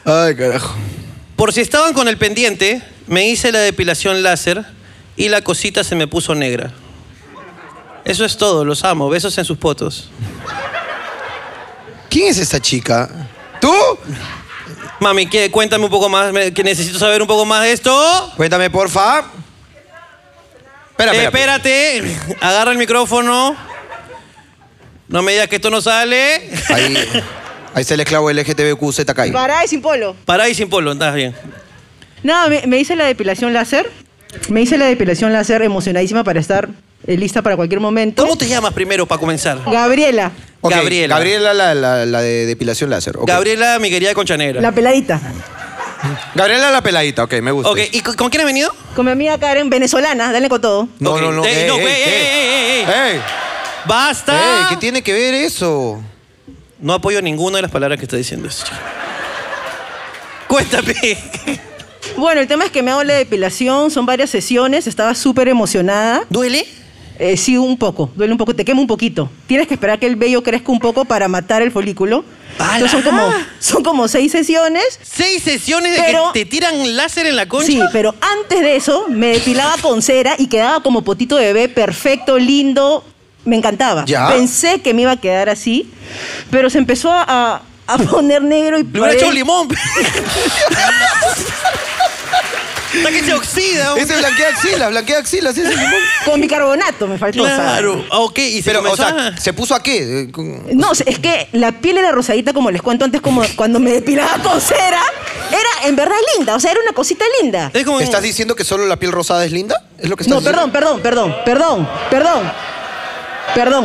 Speaker 2: Ay, carajo.
Speaker 1: Por si estaban con el pendiente, me hice la depilación láser y la cosita se me puso negra. Eso es todo, los amo, besos en sus potos.
Speaker 2: ¿Quién es esta chica? ¿Tú?
Speaker 1: Mami, ¿qué? cuéntame un poco más, me- que necesito saber un poco más de esto.
Speaker 2: Cuéntame, porfa. Espera,
Speaker 1: Eh,
Speaker 2: espera, espera.
Speaker 1: espérate, agarra el micrófono. No me digas que esto no sale.
Speaker 2: Ahí, ahí está el esclavo LGTBQ Zcaí.
Speaker 5: Pará, y sin polo.
Speaker 1: Pará y sin polvo, estás bien.
Speaker 5: No, me, me hice la depilación láser. Me hice la depilación láser emocionadísima para estar eh, lista para cualquier momento.
Speaker 1: ¿Cómo te llamas primero para comenzar?
Speaker 5: Gabriela,
Speaker 2: Ok,
Speaker 1: Gabriela.
Speaker 2: Gabriela, la, la- la de depilación láser. ok.
Speaker 1: Gabriela, mi querida Conchanera.
Speaker 5: la peladita.
Speaker 2: Gabriela la peladita, ok, me gusta.
Speaker 1: ok, ¿y con, con quién has venido?
Speaker 5: Con mi amiga Karen, venezolana, dale con todo.
Speaker 2: No,
Speaker 1: Ok.
Speaker 2: no, no.
Speaker 1: Ey, no, ey, ey, ey, ey,
Speaker 2: ey.
Speaker 1: ¡Basta!
Speaker 2: Ey, Eh, ¿Qué tiene que ver eso?
Speaker 1: No apoyo ninguna de las palabras que está diciendo eso, chico. Cuéntame.
Speaker 5: Bueno, el tema es que me hago la depilación, son varias sesiones, estaba súper emocionada.
Speaker 1: ¿Duele?
Speaker 5: Eh, sí, un poco, duele un poco, te quema un poquito. Tienes que esperar que el vello crezca un poco para matar el folículo.
Speaker 1: ¡Hala!
Speaker 5: Entonces son como, son como seis sesiones.
Speaker 1: ¿Seis sesiones de
Speaker 5: Pero-
Speaker 1: que te tiran láser en la concha?
Speaker 5: Sí, pero antes de eso me depilaba con cera y quedaba como potito de bebé, perfecto, lindo. Me encantaba.
Speaker 2: Ya.
Speaker 5: Pensé que me iba a quedar así, pero se empezó a, a poner negro y
Speaker 1: Le hubiera
Speaker 5: pare-
Speaker 1: echado limón. Hasta que se oxida.
Speaker 2: Ese blanquea axilas, blanquea axilas, ese limón.
Speaker 5: Con bicarbonato me faltó. o sea.
Speaker 1: Claro. Ah, ok. Y se
Speaker 2: Pero, o
Speaker 1: comenzó
Speaker 2: sea,
Speaker 1: a-
Speaker 2: ¿se puso a qué? Eh, con-
Speaker 5: No, es que la piel era rosadita, como les cuento antes, como cuando me depilaba con cera. Era en verdad linda, o sea, era una cosita linda.
Speaker 1: Es como...
Speaker 2: ¿Estás diciendo que solo la piel rosada es linda? ¿Es lo que estás
Speaker 5: No, perdón,
Speaker 2: diciendo?
Speaker 5: perdón, perdón, perdón, perdón. Perdón,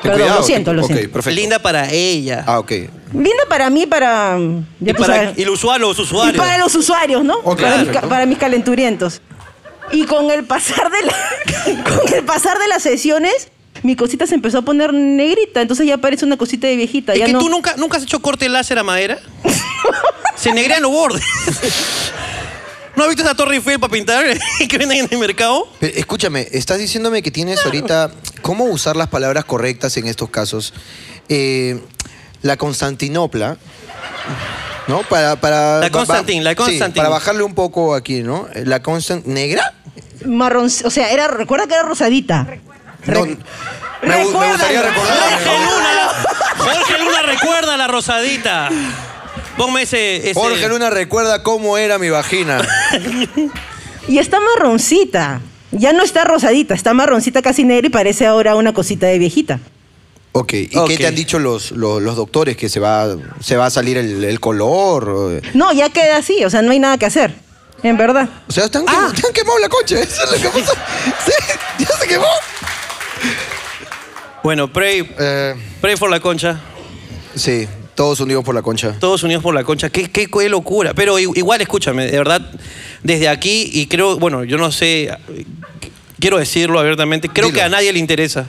Speaker 2: Ten
Speaker 5: perdón,
Speaker 2: cuidado,
Speaker 5: lo siento, lo
Speaker 2: ok,
Speaker 5: siento.
Speaker 2: perfecto.
Speaker 1: Linda para ella.
Speaker 2: Ah, ok.
Speaker 5: Linda para mí, para.
Speaker 1: y,
Speaker 5: ya tú
Speaker 1: para,
Speaker 5: sabes.
Speaker 1: y el usuario, los
Speaker 5: Y
Speaker 1: usuarios.
Speaker 5: para los usuarios, ¿no?
Speaker 2: Ok,
Speaker 5: para, mis,
Speaker 2: perfecto.
Speaker 5: ca- para mis calenturientos. Y con el pasar de la- con el pasar de las sesiones, mi cosita se empezó a poner negrita, entonces ya parece una cosita de viejita.
Speaker 1: Es
Speaker 5: ya
Speaker 1: que
Speaker 5: no-
Speaker 1: tú nunca, nunca has hecho corte láser a madera. Se negrean los bordes. ¿No has visto esa torre Eiffel para pintar que venden en el mercado?
Speaker 2: Pe- escúchame, estás diciéndome que tienes ahorita cómo usar las palabras correctas en estos casos. Eh, la Constantinopla, ¿no? Para, para
Speaker 1: La
Speaker 2: ba- ba-
Speaker 1: Constantin, la
Speaker 2: sí,
Speaker 1: Constantin.
Speaker 2: para bajarle un poco aquí, ¿no? La Constant negra.
Speaker 5: marrón, o sea, era recuerda que era rosadita.
Speaker 2: No, me,
Speaker 5: Re-
Speaker 2: me
Speaker 5: Recuérdalo.
Speaker 2: gustaría
Speaker 1: Jorge
Speaker 2: recordar.
Speaker 1: Luna, Jorge Luna recuerda la rosadita. Ponme ese. ese-
Speaker 2: Jorge Luna recuerda cómo era mi vagina.
Speaker 5: Y está marroncita. Ya no está rosadita, está marroncita casi negra y parece ahora una cosita de viejita.
Speaker 2: Ok, ¿y
Speaker 1: Ok.
Speaker 2: qué te han dicho los, los, los doctores? ¿Que se va, se va a salir el, el color? O
Speaker 5: No, ya queda así, o sea, no hay nada que hacer. En verdad.
Speaker 2: sea, ¿te han,
Speaker 1: Ah.
Speaker 2: quem- te han quemado la concha? ¿Eso es lo que pasó? ¿Sí? ¿Ya se quemó?
Speaker 1: Bueno, pray,
Speaker 2: Eh,
Speaker 1: pray for la concha.
Speaker 2: sí, todos unidos por la concha.
Speaker 1: Todos unidos por la concha. Qué, qué, qué locura. Pero i- igual, escúchame, de verdad, desde aquí, y creo, bueno, yo no sé, quiero decirlo abiertamente, creo
Speaker 2: Dilo.
Speaker 1: que a nadie le interesa.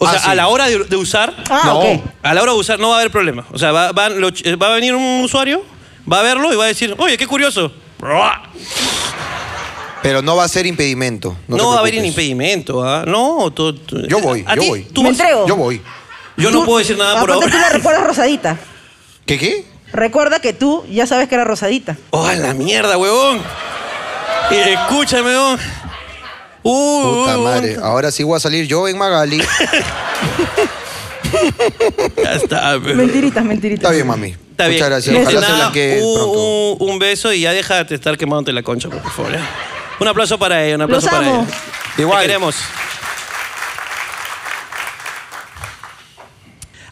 Speaker 1: O
Speaker 2: Ah,
Speaker 1: sea,
Speaker 2: sí.
Speaker 1: a la hora de, de usar,
Speaker 5: Ah,
Speaker 2: No.
Speaker 5: ok.
Speaker 1: A la hora de usar no va a haber problema. O sea, va, van los ch- eh, va a venir un usuario, va a verlo y va a decir, oye, qué curioso.
Speaker 2: Pero no va a ser impedimento.
Speaker 1: No,
Speaker 2: te
Speaker 1: va a haber
Speaker 2: preocupes.
Speaker 1: impedimento, ¿ah? No, tú- tú-
Speaker 2: Yo voy,
Speaker 1: ¿A
Speaker 2: yo
Speaker 1: ti?
Speaker 2: voy.
Speaker 1: ¿Tú
Speaker 5: Me
Speaker 1: vas-
Speaker 5: entrego.
Speaker 2: Yo voy.
Speaker 1: Yo no
Speaker 9: Tú-
Speaker 1: puedo decir nada por
Speaker 9: aparte
Speaker 1: ahora.
Speaker 9: tú la recuerdas rosadita.
Speaker 2: ¿Qué qué?
Speaker 9: Recuerda que tú ya sabes que era rosadita.
Speaker 1: ¡Oh, a la mierda, huevón! Y escúchame, huevón. Uy,
Speaker 2: Puta
Speaker 1: uy,
Speaker 2: madre.
Speaker 1: huevón.
Speaker 2: Ahora sí voy a salir yo en Magali.
Speaker 1: Ya está, pero-
Speaker 9: Mentiritas, mentiritas.
Speaker 2: Está bien, mami.
Speaker 1: Está bien.
Speaker 2: Muchas gracias.
Speaker 1: Este,
Speaker 2: Ojalá se
Speaker 1: nada,
Speaker 2: blanquee
Speaker 1: un,
Speaker 2: pronto.
Speaker 1: un- un beso y ya deja de estar quemándote la concha, por favor. ya. Un aplauso para ella, un aplauso
Speaker 9: Los
Speaker 1: para
Speaker 9: amo.
Speaker 1: ella.
Speaker 2: Igual.
Speaker 1: Te queremos.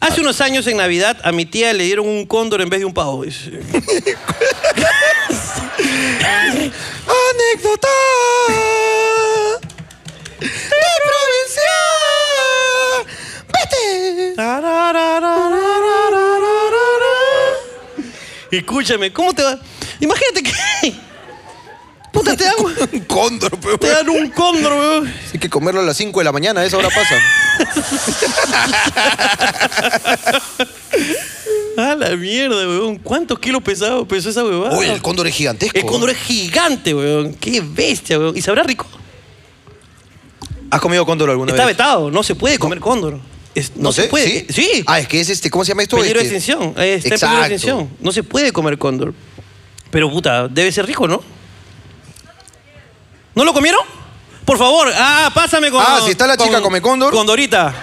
Speaker 1: Hace unos años en Navidad a mi tía le dieron un cóndor en vez de un pavo. dice.
Speaker 2: Anécdota de provincia. Vete.
Speaker 1: Escúchame, ¿cómo te va? Imagínate que. Puta, te dan,
Speaker 2: Un cóndor, pero.
Speaker 1: te dan un cóndor, weón.
Speaker 2: Hay que comerlo a las 5 de la mañana, a esa hora pasa.
Speaker 1: A la mierda, weón. ¿Cuántos kilos pesado pesó esa huevada?
Speaker 2: Uy, el cóndor es gigantesco.
Speaker 1: El cóndor es gigante, weón. Qué bestia, weón. ¿Y sabrá rico?
Speaker 2: ¿Has comido cóndor alguna
Speaker 1: Está
Speaker 2: vez?
Speaker 1: vetado. No se puede comer cóndor. Es- no,
Speaker 2: No sé,
Speaker 1: se puede.
Speaker 2: ¿sí?
Speaker 1: Sí.
Speaker 2: Ah, es que es este, ¿cómo se llama esto?
Speaker 1: peligro de
Speaker 2: Este-
Speaker 1: extinción. Eh, Está en peligro
Speaker 2: Exacto.
Speaker 1: de extinción. No se puede comer cóndor. Pero puta, debe ser rico, ¿no? ¿No lo comieron? Por favor. Ah, pásame con...
Speaker 2: Ah, si está la chica,
Speaker 1: con-
Speaker 2: come cóndor.
Speaker 1: Condorita.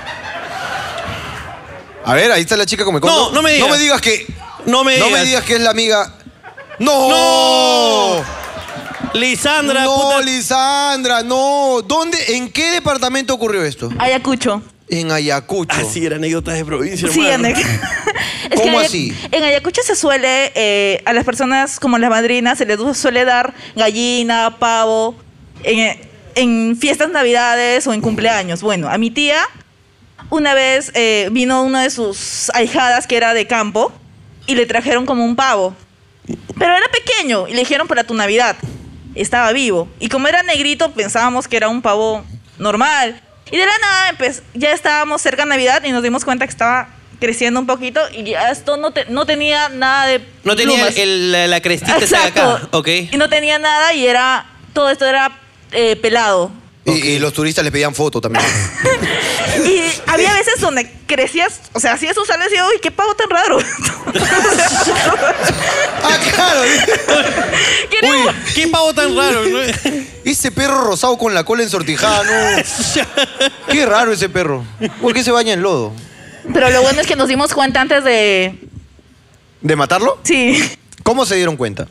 Speaker 2: A ver, ahí está la chica come cóndor.
Speaker 1: no me digas.
Speaker 2: No me digas que.
Speaker 1: No me
Speaker 2: no
Speaker 1: digas.
Speaker 2: me digas que es la amiga. ¡No!
Speaker 1: ¡No! Lisandra,
Speaker 2: no,
Speaker 1: puta.
Speaker 2: Lisandra, no. ¿Dónde, en qué departamento ocurrió esto? Ah,
Speaker 5: Ayacucho.
Speaker 2: En Ayacucho.
Speaker 1: Así era Ah, anécdotas de provincia,
Speaker 5: Sí,
Speaker 1: hermano.
Speaker 5: Ane- Es que
Speaker 2: ¿Cómo
Speaker 5: en Ayac-
Speaker 2: así?
Speaker 5: En Ayacucho se suele, eh, a las personas como las madrinas, se les suele dar gallina, pavo, en, en fiestas navidades o en cumpleaños. Bueno, a mi tía, una vez eh, vino una de sus ahijadas que era de campo y le trajeron como un pavo. Pero era pequeño y le dijeron para tu Navidad. Estaba vivo. Y como era negrito, pensábamos que era un pavo normal. Y de la nada, empe- ya estábamos cerca de Navidad y nos dimos cuenta que estaba creciendo un poquito y ya esto no, te- no tenía nada de.
Speaker 1: No tenía
Speaker 5: plumas.
Speaker 1: el- el- la, la crestita esa de
Speaker 5: Exacto.
Speaker 1: acá. Ok.
Speaker 5: Y no tenía nada y era. Todo esto era eh, pelado.
Speaker 2: Y, y los turistas le pedían foto también.
Speaker 5: Y había veces donde crecías, o sea, hacías un salto y decías, uy, qué pavo tan raro.
Speaker 2: ah, claro.
Speaker 5: ¿Qué era?
Speaker 1: Uy, qué pavo tan raro, ¿no?
Speaker 2: Ese perro rosado con la cola ensortijada, no. Qué raro ese perro. ¿Por qué se baña en lodo?
Speaker 5: Pero lo bueno es que nos dimos cuenta antes de.
Speaker 2: ¿De matarlo?
Speaker 5: Sí.
Speaker 2: ¿Cómo se dieron cuenta?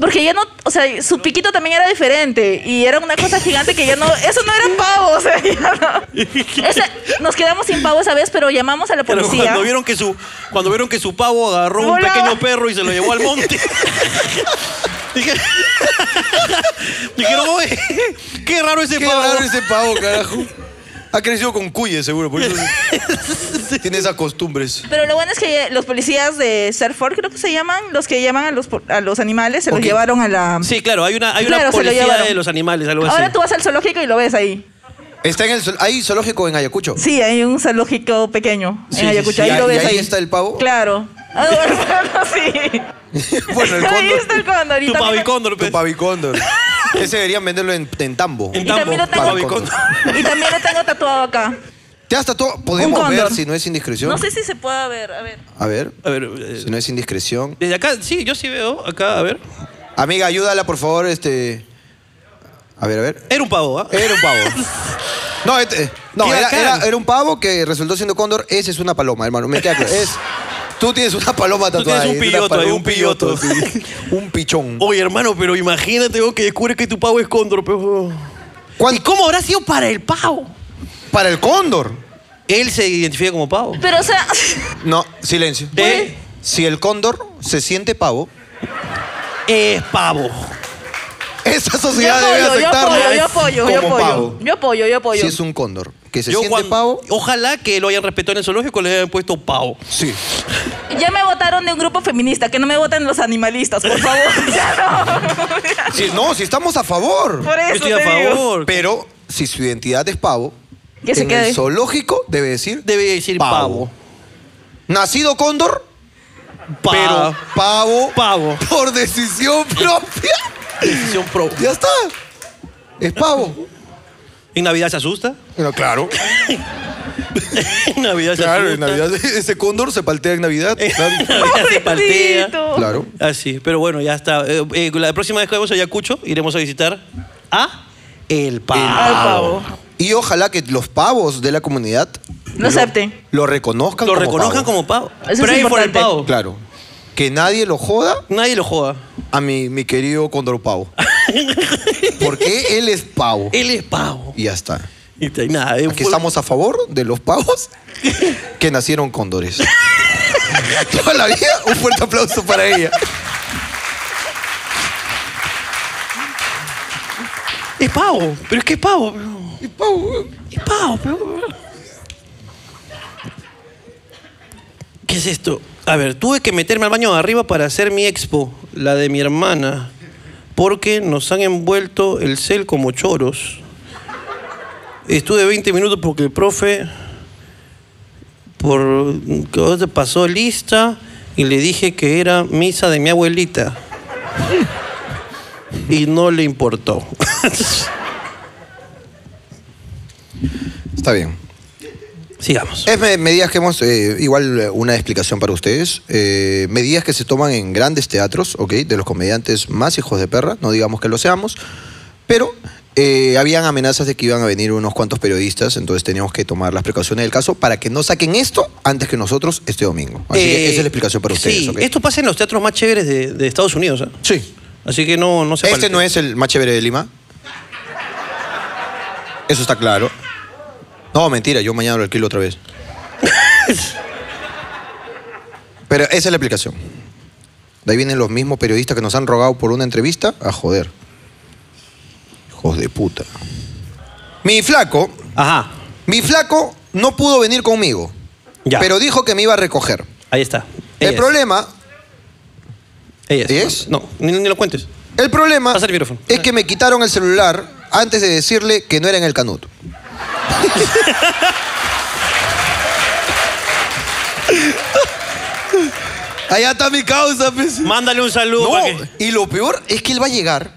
Speaker 5: Porque ya no, o sea, su piquito también era diferente y era una cosa gigante que ya no, eso no era pavo, o sea, ya no. Ese- nos quedamos sin pavo esa vez, pero llamamos a la
Speaker 1: Pero
Speaker 5: policía.
Speaker 1: cuando vieron que su cuando vieron que su pavo agarró un
Speaker 5: Volaba.
Speaker 1: pequeño perro y se lo llevó al monte. Dije- Dijeron, oye, qué raro ese
Speaker 2: Qué
Speaker 1: pavo.
Speaker 2: raro ese pavo, carajo. Ha crecido con cuye, seguro, por eso tiene esas costumbres.
Speaker 5: Pero lo bueno es que los policías de Serford, creo que se llaman, los que llaman a los, po- a los animales, se
Speaker 2: Ok.
Speaker 5: los llevaron a la...
Speaker 1: Sí, claro, hay una, hay una
Speaker 5: Claro, se lo
Speaker 1: policía
Speaker 5: llevaron.
Speaker 1: de los animales, algo
Speaker 5: Ahora
Speaker 1: así.
Speaker 5: tú vas al zoológico y lo ves ahí.
Speaker 2: Está en el zool- ¿Hay zoológico en Ayacucho?
Speaker 5: Sí, hay un zoológico pequeño
Speaker 1: Sí, sí,
Speaker 5: en Ayacucho,
Speaker 1: sí.
Speaker 5: ahí
Speaker 2: ¿Y
Speaker 5: lo
Speaker 2: ahí
Speaker 5: ves ahí.
Speaker 2: está el pavo?
Speaker 5: Claro. Ah, bueno, sí.
Speaker 2: Bueno, Pues, el
Speaker 5: ahí
Speaker 2: cóndor.
Speaker 5: está el cóndor. y
Speaker 1: Tu
Speaker 5: también-
Speaker 1: pavicóndor,
Speaker 2: Tu
Speaker 1: pe.
Speaker 2: pavicóndor. Ese deberían venderlo en, en tambo.
Speaker 1: En
Speaker 5: Y también lo
Speaker 1: tambo,
Speaker 5: tengo-
Speaker 1: pavicóndor.
Speaker 5: Y también lo tengo tatuado acá.
Speaker 2: ¿Te has tatuado? ¿Podemos
Speaker 5: Un
Speaker 2: ver
Speaker 5: cóndor.
Speaker 2: si no es indiscreción?
Speaker 5: No sé si se puede ver, a ver.
Speaker 2: A ver,
Speaker 1: A ver, eh,
Speaker 2: si no es indiscreción.
Speaker 1: desde acá, sí, yo sí veo, acá, a ver.
Speaker 2: Amiga, ayúdala, por favor, este... A ver, a ver.
Speaker 1: Era un pavo,
Speaker 5: Eh.
Speaker 1: ¿ah?
Speaker 2: Era un pavo. No, este- no,
Speaker 1: Qué
Speaker 2: era,
Speaker 1: bacán.
Speaker 2: era- era un pavo que resultó siendo cóndor. Esa es una paloma, hermano. Me queda claro. Es, tú tienes una paloma
Speaker 1: Tú
Speaker 2: tatuada.
Speaker 1: tienes un
Speaker 2: ahí, una
Speaker 1: pilloto
Speaker 2: palo-
Speaker 1: ahí, un Oh,
Speaker 2: un pilloto.
Speaker 1: pilloto.
Speaker 2: sí. Un pichón.
Speaker 1: Oye, hermano, pero imagínate vos, que descubres que tu pavo es cóndor, pues, pero...
Speaker 2: ¿Cuán-
Speaker 1: ¿Y cómo habrá sido para el pavo?
Speaker 2: Para el cóndor.
Speaker 1: Él se identifica como pavo.
Speaker 5: Pero, o sea,
Speaker 2: No, silencio.
Speaker 1: ¿Eh?
Speaker 2: Si el cóndor se siente pavo,
Speaker 1: Es pavo.
Speaker 2: esa
Speaker 5: yo
Speaker 2: sociedad debe
Speaker 5: apoyo, yo
Speaker 2: aceptarlo
Speaker 5: apoyo, yo apoyo, yo
Speaker 2: como
Speaker 5: apoyo.
Speaker 2: pavo.
Speaker 5: Yo apoyo, yo apoyo.
Speaker 2: Si es un cóndor que se
Speaker 1: Yo,
Speaker 2: siente
Speaker 1: Juan,
Speaker 2: pavo,
Speaker 1: Ojalá que lo hayan respetado en el zoológico, le hayan puesto pavo.
Speaker 2: sí.
Speaker 5: Ya me votaron de un grupo feminista, que no me voten los animalistas, por favor. ya no.
Speaker 2: Sí, No, si estamos a favor.
Speaker 5: Por
Speaker 1: Yo
Speaker 5: eso
Speaker 1: estoy a
Speaker 5: te digo.
Speaker 1: favor.
Speaker 2: Pero si su identidad es pavo,
Speaker 5: Que se
Speaker 2: en
Speaker 5: quede.
Speaker 2: el zoológico debe decir
Speaker 1: Debe decir pavo.
Speaker 2: Nacido cóndor,
Speaker 1: Pa-
Speaker 2: pero pavo,
Speaker 1: Pavo.
Speaker 2: por decisión propia.
Speaker 1: Decisión pro.
Speaker 2: Ya está. Es pavo.
Speaker 1: ¿En Navidad se asusta?
Speaker 2: Pero claro.
Speaker 1: En Navidad se
Speaker 2: Claro, en
Speaker 1: asusta.
Speaker 2: Navidad. Ese cóndor se paltea en Navidad.
Speaker 1: En Navidad se paltea.
Speaker 8: Pobrecito.
Speaker 2: Claro.
Speaker 1: Así, pero bueno, ya está. Eh, eh, la próxima vez que vamos a Ayacucho, iremos a visitar a El
Speaker 8: Al
Speaker 1: Pavo.
Speaker 8: pavo.
Speaker 2: Y ojalá que los pavos de la comunidad
Speaker 8: Lo acepten.
Speaker 2: lo reconozcan
Speaker 1: Lo
Speaker 2: como
Speaker 1: reconozcan
Speaker 2: pavo.
Speaker 1: como Pavo.
Speaker 8: Eso es
Speaker 1: Pray for el
Speaker 8: importante.
Speaker 1: Pavo.
Speaker 2: Claro. Que nadie lo joda
Speaker 1: Nadie lo joda.
Speaker 2: a mi, mi querido cóndor pavo. Porque él es pavo.
Speaker 1: Él es Pavo.
Speaker 2: Y ya está.
Speaker 1: Y te- nada, eh,
Speaker 2: Aquí
Speaker 1: fue-
Speaker 2: estamos a favor de los pavos que nacieron cóndores. Toda la vida, un fuerte aplauso para ella.
Speaker 1: Es Pavo. Pero es que es Pavo. pero-
Speaker 2: Y pavo,
Speaker 1: Es Pavo. pero- ¿Qué es esto? A ver, tuve que meterme al baño de arriba para hacer mi expo, la de mi hermana, porque nos han envuelto el cel como choros. Estuve 20 minutos porque el profe por cosa pasó lista y le dije que era misa de mi abuelita. Y no le importó.
Speaker 2: Está bien.
Speaker 1: Sigamos.
Speaker 2: Es me- medidas que hemos, eh, igual eh, una explicación para ustedes, Eh, medidas que se toman en grandes teatros, ¿ok? De los comediantes más hijos de perra, no digamos que lo seamos, pero eh, habían amenazas de que iban a venir unos cuantos periodistas, entonces teníamos que tomar las precauciones del caso para que no saquen esto antes que nosotros este domingo. Así que
Speaker 1: Eh,
Speaker 2: esa es la explicación para ustedes,
Speaker 1: Sí,
Speaker 2: ¿ok?
Speaker 1: esto pasa en los teatros más chéveres de, de Estados Unidos. ¿ah?
Speaker 2: Sí.
Speaker 1: Así que no, no se
Speaker 2: Este no es el más chévere de Lima. Eso está claro. No, mentira, yo mañana lo alquilo otra vez. Pero esa es la explicación. De ahí vienen los mismos periodistas que nos han rogado por una entrevista a joder. Hijos de puta. Mi flaco,
Speaker 1: Ajá,
Speaker 2: mi flaco no pudo venir conmigo.
Speaker 1: Ya.
Speaker 2: Pero dijo que me iba a recoger.
Speaker 1: ahí está.
Speaker 2: El problema
Speaker 1: Ella
Speaker 2: ¿Ella es?
Speaker 1: No, ni, ni lo cuentes.
Speaker 2: El problema
Speaker 1: Pasa el micrófono.
Speaker 2: es que me quitaron el celular antes de decirle que no era en el canuto. Allá está mi causa, pues.
Speaker 1: Mándale un saludo.
Speaker 2: No,
Speaker 1: para que-
Speaker 2: y lo peor es que él va a llegar,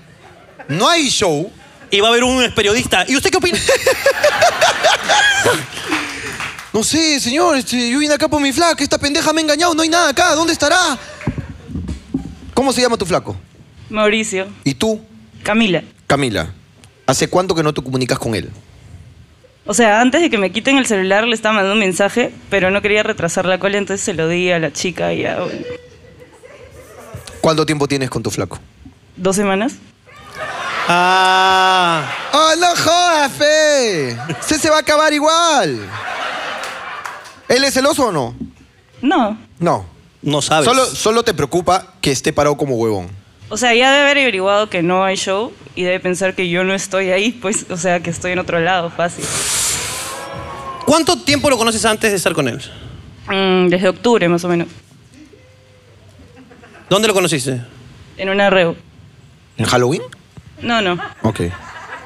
Speaker 2: no hay show,
Speaker 1: Y va a haber un periodista. ¿Y usted qué opina?
Speaker 2: No sé, señor, este, yo vine acá por mi flaca, esta pendeja me ha engañado, no hay nada acá, ¿dónde estará? ¿Cómo se llama tu flaco?
Speaker 8: Mauricio.
Speaker 2: ¿Y tú,
Speaker 10: Camila,
Speaker 2: Camila? ¿Hace cuánto que no te comunicas con él?
Speaker 10: o sea, antes de que me quiten el celular le estaba mandando un mensaje, pero no quería retrasar la cola, entonces se lo di a la chica y a bueno,
Speaker 2: ¿Cuánto tiempo tienes con tu flaco?
Speaker 10: dos semanas.
Speaker 1: ah,
Speaker 2: ¡Oh, no jodas, fe! Se, se va a acabar igual. ¿Él es celoso o no?
Speaker 10: No,
Speaker 2: No.
Speaker 1: no sabes.
Speaker 2: Solo, solo te preocupa que esté parado como huevón.
Speaker 10: o sea, ya debe haber averiguado que no hay show y debe pensar que yo no estoy ahí, pues, o sea, que estoy en otro lado, fácil.
Speaker 1: ¿Cuánto tiempo lo conoces antes de estar con él?
Speaker 10: Mm, desde octubre más o menos,
Speaker 1: ¿Dónde lo conociste?
Speaker 10: en un arreo.
Speaker 2: ¿En Halloween?
Speaker 10: No, no,
Speaker 2: Ok.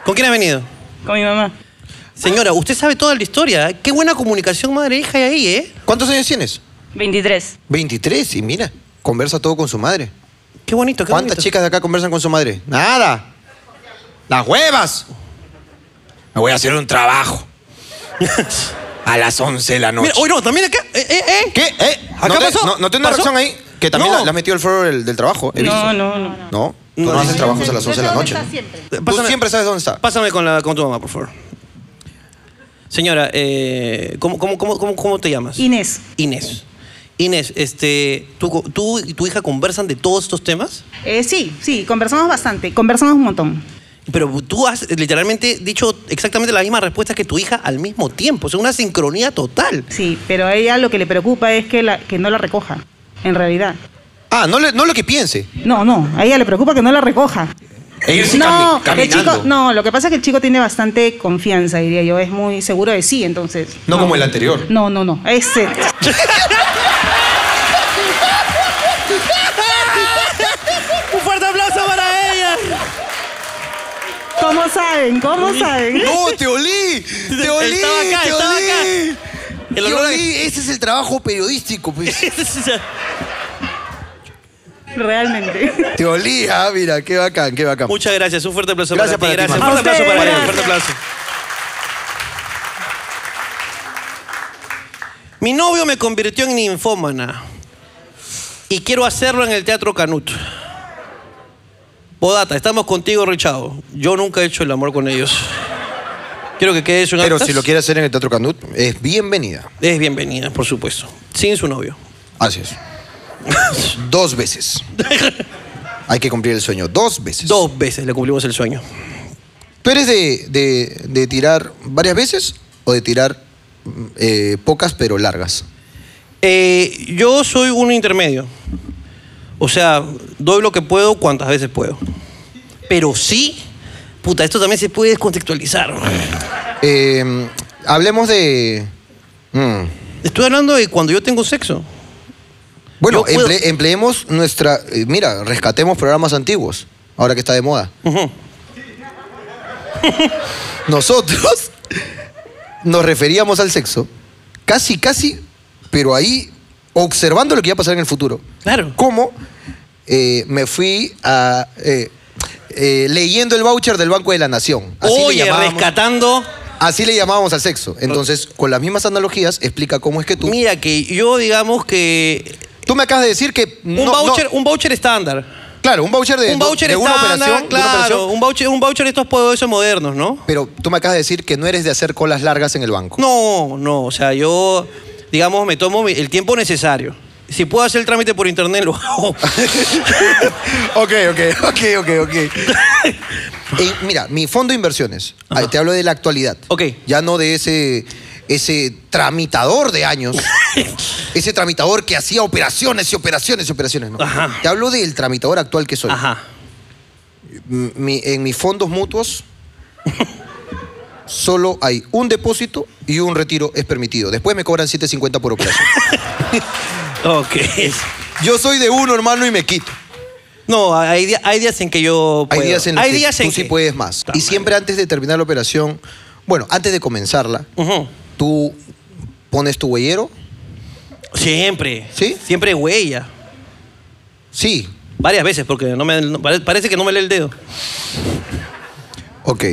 Speaker 1: ¿Con quién has venido?
Speaker 10: con mi mamá.
Speaker 1: Señora, usted sabe toda la historia. ¿eh? Qué buena comunicación madre e hija hay ahí, ¿eh?
Speaker 2: ¿Cuántos años tienes?
Speaker 10: 23.
Speaker 2: 23, y mira, conversa todo con su madre.
Speaker 1: Qué bonito, Ah, qué
Speaker 2: ¿Cuántas
Speaker 1: bonito.
Speaker 2: chicas de acá conversan con su madre? Nada. Las huevas. Me voy a hacer un trabajo. A las 11 de la noche.
Speaker 1: Mira, oye, no, también acá. Eh, eh, eh.
Speaker 2: ¿Qué? ¿Eh?
Speaker 1: Acá
Speaker 2: ¿No te,
Speaker 1: pasó.
Speaker 2: No, no tengo una
Speaker 1: ¿Pasó?
Speaker 2: razón ahí? Que también
Speaker 1: No.
Speaker 2: la, la has metido el foro del, del trabajo. he visto.
Speaker 10: No, no, no.
Speaker 2: No, tú no,
Speaker 1: No,
Speaker 2: haces
Speaker 1: sí.
Speaker 2: trabajos a las
Speaker 5: Yo
Speaker 2: 11
Speaker 5: sé
Speaker 2: de la
Speaker 5: dónde
Speaker 2: noche.
Speaker 5: está siempre.
Speaker 2: Tú siempre sabes dónde está.
Speaker 1: Pásame con, la, con tu mamá, por favor. Señora, eh, ¿cómo, cómo, cómo, cómo, cómo te llamas?
Speaker 10: Inés.
Speaker 1: Inés. Inés, este, ¿tú, co- ¿tú y tu hija conversan de todos estos temas?
Speaker 11: Eh, sí, sí, conversamos bastante, conversamos un montón.
Speaker 1: Pero tú has literalmente dicho exactamente la misma respuesta que tu hija al mismo tiempo. Es una sincronía total.
Speaker 11: Sí, pero a ella lo que le preocupa es que, la, que no la recoja, en realidad.
Speaker 2: Ah, no, le- no lo que piense.
Speaker 11: No, no, a ella le preocupa que no la recoja.
Speaker 2: Ellos sí
Speaker 11: No,
Speaker 2: cami-
Speaker 11: el chico,
Speaker 2: caminando.
Speaker 11: no, lo que pasa es que el chico tiene bastante confianza, diría yo, es muy seguro de sí, entonces.
Speaker 2: No como el anterior.
Speaker 11: No, no, eh, no, ese.
Speaker 1: Un fuerte aplauso para ella.
Speaker 11: ¿Cómo saben? ¿Cómo saben?
Speaker 2: No, te olí. Te olí.
Speaker 1: Estaba acá,
Speaker 2: te
Speaker 1: estaba
Speaker 2: olí.
Speaker 1: acá. El
Speaker 2: Te
Speaker 1: olor a-
Speaker 2: olí. Ese es el trabajo periodístico, pues.
Speaker 11: Realmente.
Speaker 2: te olí. Ah, mira, qué bacán, qué bacán.
Speaker 1: Muchas gracias, un fuerte aplauso
Speaker 2: Gracias
Speaker 1: para ti.
Speaker 2: para ti,
Speaker 1: gracias,
Speaker 2: mano.
Speaker 1: un fuerte
Speaker 11: A
Speaker 1: aplauso para
Speaker 11: ustedes,
Speaker 1: ella, un fuerte aplauso. Mi novio me convirtió en ninfómana y quiero hacerlo en el Teatro Canut. Podata, estamos contigo, Richado. Yo nunca he hecho el amor con ellos. Quiero que quede eso en
Speaker 2: Pero
Speaker 1: actas.
Speaker 2: si lo quiere hacer en el Teatro Canut, es bienvenida.
Speaker 1: Es bienvenida, por supuesto. Sin su novio.
Speaker 2: Así es. Dos veces. Hay que cumplir el sueño. Dos veces.
Speaker 1: Dos veces le cumplimos el sueño.
Speaker 2: ¿Tú eres de, de- de tirar varias veces o de tirar mm, eh, pocas pero largas?
Speaker 1: Eh, yo soy un intermedio. O sea, doy lo que puedo cuantas veces puedo. Pero sí, puta, esto también se puede descontextualizar.
Speaker 2: Eh, hablemos de. mm,
Speaker 1: Estoy hablando de cuando yo tengo sexo.
Speaker 2: Bueno, emple- empleemos nuestra. eh, mira, rescatemos programas antiguos, ahora que está de moda. Nosotros nos referíamos al sexo, casi, casi, pero ahí observando lo que iba a pasar en el futuro.
Speaker 1: Claro.
Speaker 2: Como eh, me fui a. eh, eh, leyendo el voucher del Banco de la Nación. le
Speaker 1: Oye,
Speaker 2: llamábamos-
Speaker 1: rescatando.
Speaker 2: Así le llamábamos al sexo. Entonces, con las mismas analogías, explica cómo es que tú.
Speaker 1: Mira, que yo digamos que.
Speaker 2: Tú me acabas de decir que.
Speaker 1: Un, voucher, un voucher estándar.
Speaker 2: Claro, un voucher de,
Speaker 1: un voucher
Speaker 2: de una
Speaker 1: estándar,
Speaker 2: operación. de una
Speaker 1: claro.
Speaker 2: operación.
Speaker 1: Un, voucher, un voucher de estos poderosos modernos, ¿no?
Speaker 2: Pero tú me acabas de decir que no eres de hacer colas largas en el banco.
Speaker 1: No, no, o sea, yo, digamos, me tomo mi- el tiempo necesario. Si puedo hacer el trámite por internet, lo hago.
Speaker 2: ok, ok, ok, ok, ok. Eh, mira, mi fondo de inversiones. Ahí te hablo de la actualidad. Ok. Ya no de ese, ese tramitador de años. ese tramitador que hacía operaciones y operaciones y operaciones. ¿no? Te hablo del tramitador actual que soy. M- mi- en mis fondos mutuos solo hay un depósito y un retiro es permitido. Después me cobran 7.50 por operación.
Speaker 1: ok.
Speaker 2: Yo soy de uno, hermano, y me quito.
Speaker 1: No, hay, di- hay días en que yo
Speaker 2: Hay
Speaker 1: puedo.
Speaker 2: días en los que tú sí
Speaker 1: que-
Speaker 2: puedes más. Y siempre antes de terminar la operación, bueno, antes de comenzarla, tú pones tu huellero.
Speaker 1: Siempre.
Speaker 2: ¿Sí?
Speaker 1: Siempre huella.
Speaker 2: Sí.
Speaker 1: Varias veces, porque no me, no- pare- parece que no me lee el dedo.
Speaker 2: Ok,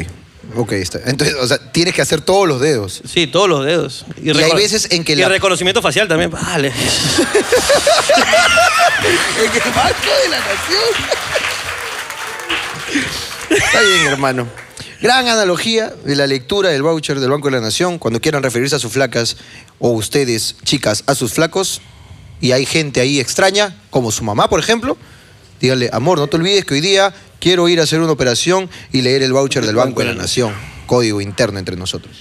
Speaker 2: ok, está. Entonces, o sea, tienes que hacer todos los dedos.
Speaker 1: Sí, todos los dedos.
Speaker 2: Y hay
Speaker 1: recono-
Speaker 2: veces en que
Speaker 1: y
Speaker 2: la-
Speaker 1: reconocimiento facial también. Vale.
Speaker 2: En el Banco de la Nación. Está bien, hermano. Gran analogía de la lectura del voucher del Banco de la Nación. Cuando quieran referirse a sus flacas o ustedes, chicas, a sus flacos, y hay gente ahí extraña, como su mamá, por ejemplo, díganle, amor, no te olvides que hoy día quiero ir a hacer una operación y leer el voucher del Banco de la Nación. Código interno entre nosotros.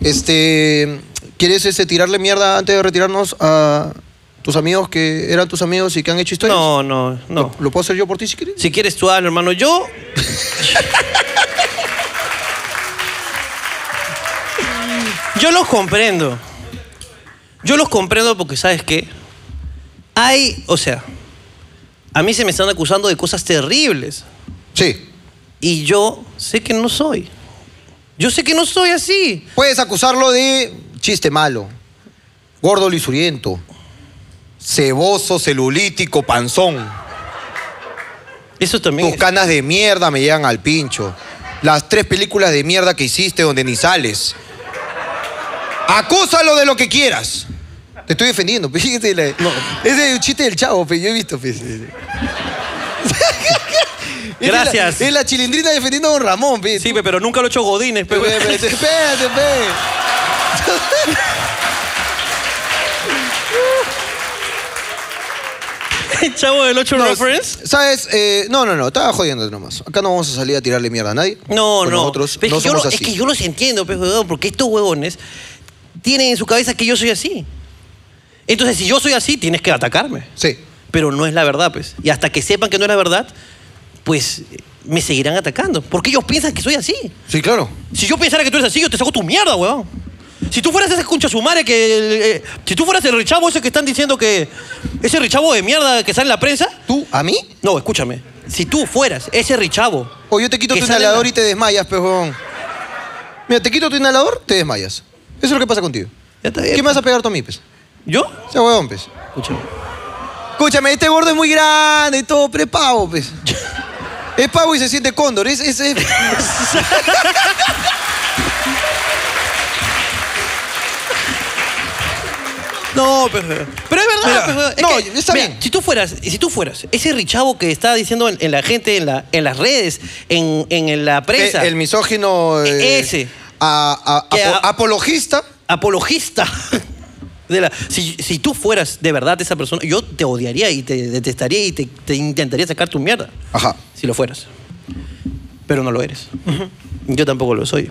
Speaker 2: Este, ¿Quieres este, tirarle mierda antes de retirarnos a tus amigos que eran tus amigos y que han hecho historias?
Speaker 1: No, no, no.
Speaker 2: ¿Lo puedo hacer yo por ti si quieres?
Speaker 1: Si quieres tú hazlo, hermano. Yo. Yo los comprendo. Yo los comprendo porque, ¿sabes qué? Hay. O sea. A mí se me están acusando de cosas terribles.
Speaker 2: Sí.
Speaker 1: Y yo sé que no soy. Yo sé que no soy así.
Speaker 2: Puedes acusarlo de chiste malo, gordo lisuriento, ceboso, celulítico, panzón.
Speaker 1: Eso también.
Speaker 2: Tus canas de mierda me llegan al pincho. Las tres películas de mierda que hiciste donde ni sales. Acúsalo de lo que quieras. Te estoy defendiendo. pe, fíjate la- Ese es un chiste del chavo, pe, yo he visto. pe. Es la-
Speaker 1: Gracias.
Speaker 2: es la chilindrina defendiendo a don Ramón, pe.
Speaker 1: Sí, pe, pero nunca lo he hecho Godínez, pe.
Speaker 2: Espérate, espérate, espérate, pe.
Speaker 1: Chavo del 8
Speaker 2: Reference. ¿Sabes? Eh, no, no, no, estaba jodiendo nomás. Acá no vamos a salir a tirarle mierda a nadie.
Speaker 1: No,
Speaker 2: Con
Speaker 1: no.
Speaker 2: Nosotros
Speaker 1: Pero es, que
Speaker 2: no
Speaker 1: yo
Speaker 2: somos
Speaker 1: lo- es
Speaker 2: así.
Speaker 1: que yo los entiendo, pe, huevón, porque estos huevones tienen en su cabeza que yo soy así. Entonces, si yo soy así, tienes que atacarme.
Speaker 2: Sí.
Speaker 1: Pero no es la verdad, pues. Y hasta que sepan que no es la verdad, pues me seguirán atacando. Porque ellos piensan que soy así.
Speaker 2: Sí, claro.
Speaker 1: Si yo pensara que tú eres así, yo te saco tu mierda, huevón. Si tú fueras ese concha su madre que. el- eh, si tú fueras el richavo ese que están diciendo que. Ese richavo de mierda que sale en la prensa.
Speaker 2: ¿Tú? ¿A mí?
Speaker 1: No, escúchame. Si tú fueras ese richavo.
Speaker 2: O yo te quito
Speaker 1: que
Speaker 2: tu
Speaker 1: sale en la-
Speaker 2: inhalador y te desmayas, pejón. Mira, te quito tu inhalador, te desmayas. Eso es lo que pasa contigo. ¿Qué me vas a pegar tú a mí, pez?
Speaker 1: ¿Yo?
Speaker 2: Sea huevón, pez.
Speaker 1: Escúchame.
Speaker 2: Escúchame, este gordo es muy grande y todo, pero es pavo, pez. Es pavo y se siente cóndor. Es, es, es-
Speaker 1: No, pero, pero es verdad.
Speaker 2: Mira,
Speaker 1: pues, weón. Es
Speaker 2: no,
Speaker 1: que,
Speaker 2: está
Speaker 1: mira,
Speaker 2: bien.
Speaker 1: Si tú fueras, si tú fueras ese Richavo que está diciendo en, en la gente, en, la, en las redes, en, en- en la prensa.
Speaker 2: El misógino. eh,
Speaker 1: E-, ese.
Speaker 2: a- a-
Speaker 1: Que
Speaker 2: apo-
Speaker 1: a-
Speaker 2: apologista.
Speaker 1: Apologista. De la, si, si tú fueras de verdad esa persona, yo te odiaría y te detestaría y te, te intentaría sacar tu mierda.
Speaker 2: Ajá.
Speaker 1: Si lo fueras. Pero no lo eres. Yo tampoco lo soy.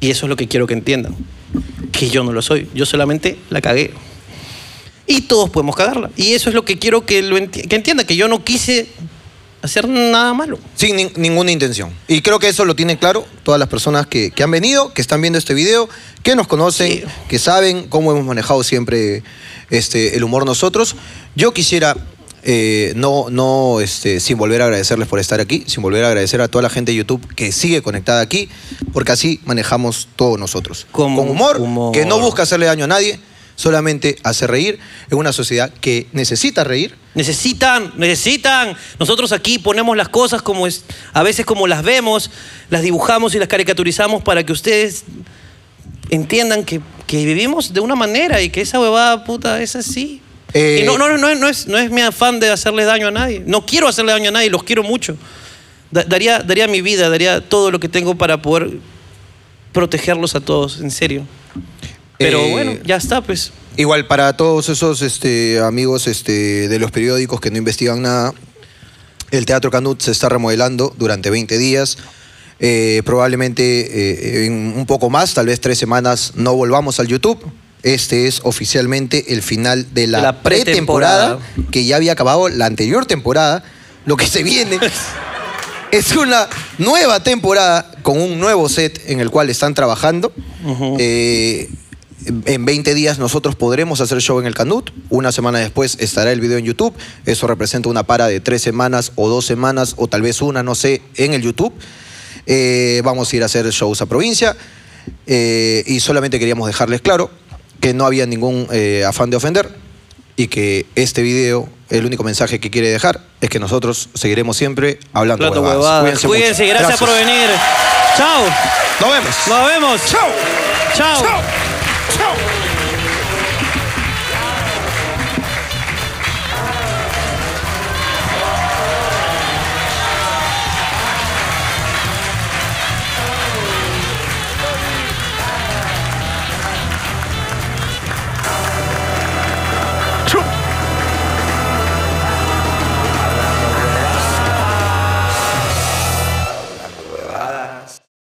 Speaker 1: Y eso es lo que quiero que entiendan. Que yo no lo soy. Yo solamente la cagué. Y todos podemos cagarla. Y eso es lo que quiero que, lo enti- que entienda, que yo no quise hacer nada malo.
Speaker 2: Sin nin- ninguna intención. Y creo que eso lo tienen claro todas las personas que, que han venido, que están viendo este video, que nos conocen, que saben cómo hemos manejado siempre este, el humor nosotros. Yo quisiera, eh, no, no este, sin volver a agradecerles por estar aquí, sin volver a agradecer a toda la gente de YouTube que sigue conectada aquí, porque así manejamos todos nosotros. Con humor, que no busca hacerle daño a nadie, solamente hace reír en una sociedad que necesita reír.
Speaker 1: Necesitan, necesitan. Nosotros aquí ponemos las cosas como es, a veces como las vemos, las dibujamos y las caricaturizamos para que ustedes entiendan que, que vivimos de una manera y que esa huevada puta es así.
Speaker 2: Eh,
Speaker 1: Y no, no, no, no es, no es- no es mi afán de hacerles daño a nadie. No quiero hacerle daño a nadie, los quiero mucho. Da- daría, daría mi vida, daría todo lo que tengo para poder protegerlos a todos, en serio. Pero
Speaker 2: Eh,
Speaker 1: bueno, ya está, pues.
Speaker 2: Igual para todos esos este, amigos este, de los periódicos que no investigan nada, el Teatro Canut se está remodelando durante 20 días. Eh, probablemente eh, en un poco más, tal vez tres semanas, no volvamos al YouTube. Este es oficialmente el final de la,
Speaker 1: La
Speaker 2: pretemporada,
Speaker 1: pretemporada.
Speaker 2: que ya había acabado la anterior temporada. Lo que se viene es una nueva temporada con un nuevo set en el cual están trabajando. Eh, en 20 días nosotros podremos hacer show en el Canut. Una semana después estará el video en YouTube. Eso representa una para de tres semanas o dos semanas o tal vez una, no sé, en el YouTube. Eh, vamos a ir a hacer shows a provincia. Eh, y solamente queríamos dejarles claro que no había ningún eh, afán de ofender y que este video, el único mensaje que quiere dejar es que nosotros seguiremos siempre hablando
Speaker 1: Plato
Speaker 2: huevadas.
Speaker 1: huevadas.
Speaker 2: Cuídense
Speaker 1: Cuídense,
Speaker 2: mucho.
Speaker 1: gracias, por venir. Chao.
Speaker 2: Nos vemos.
Speaker 1: Nos vemos. Chao. Chao.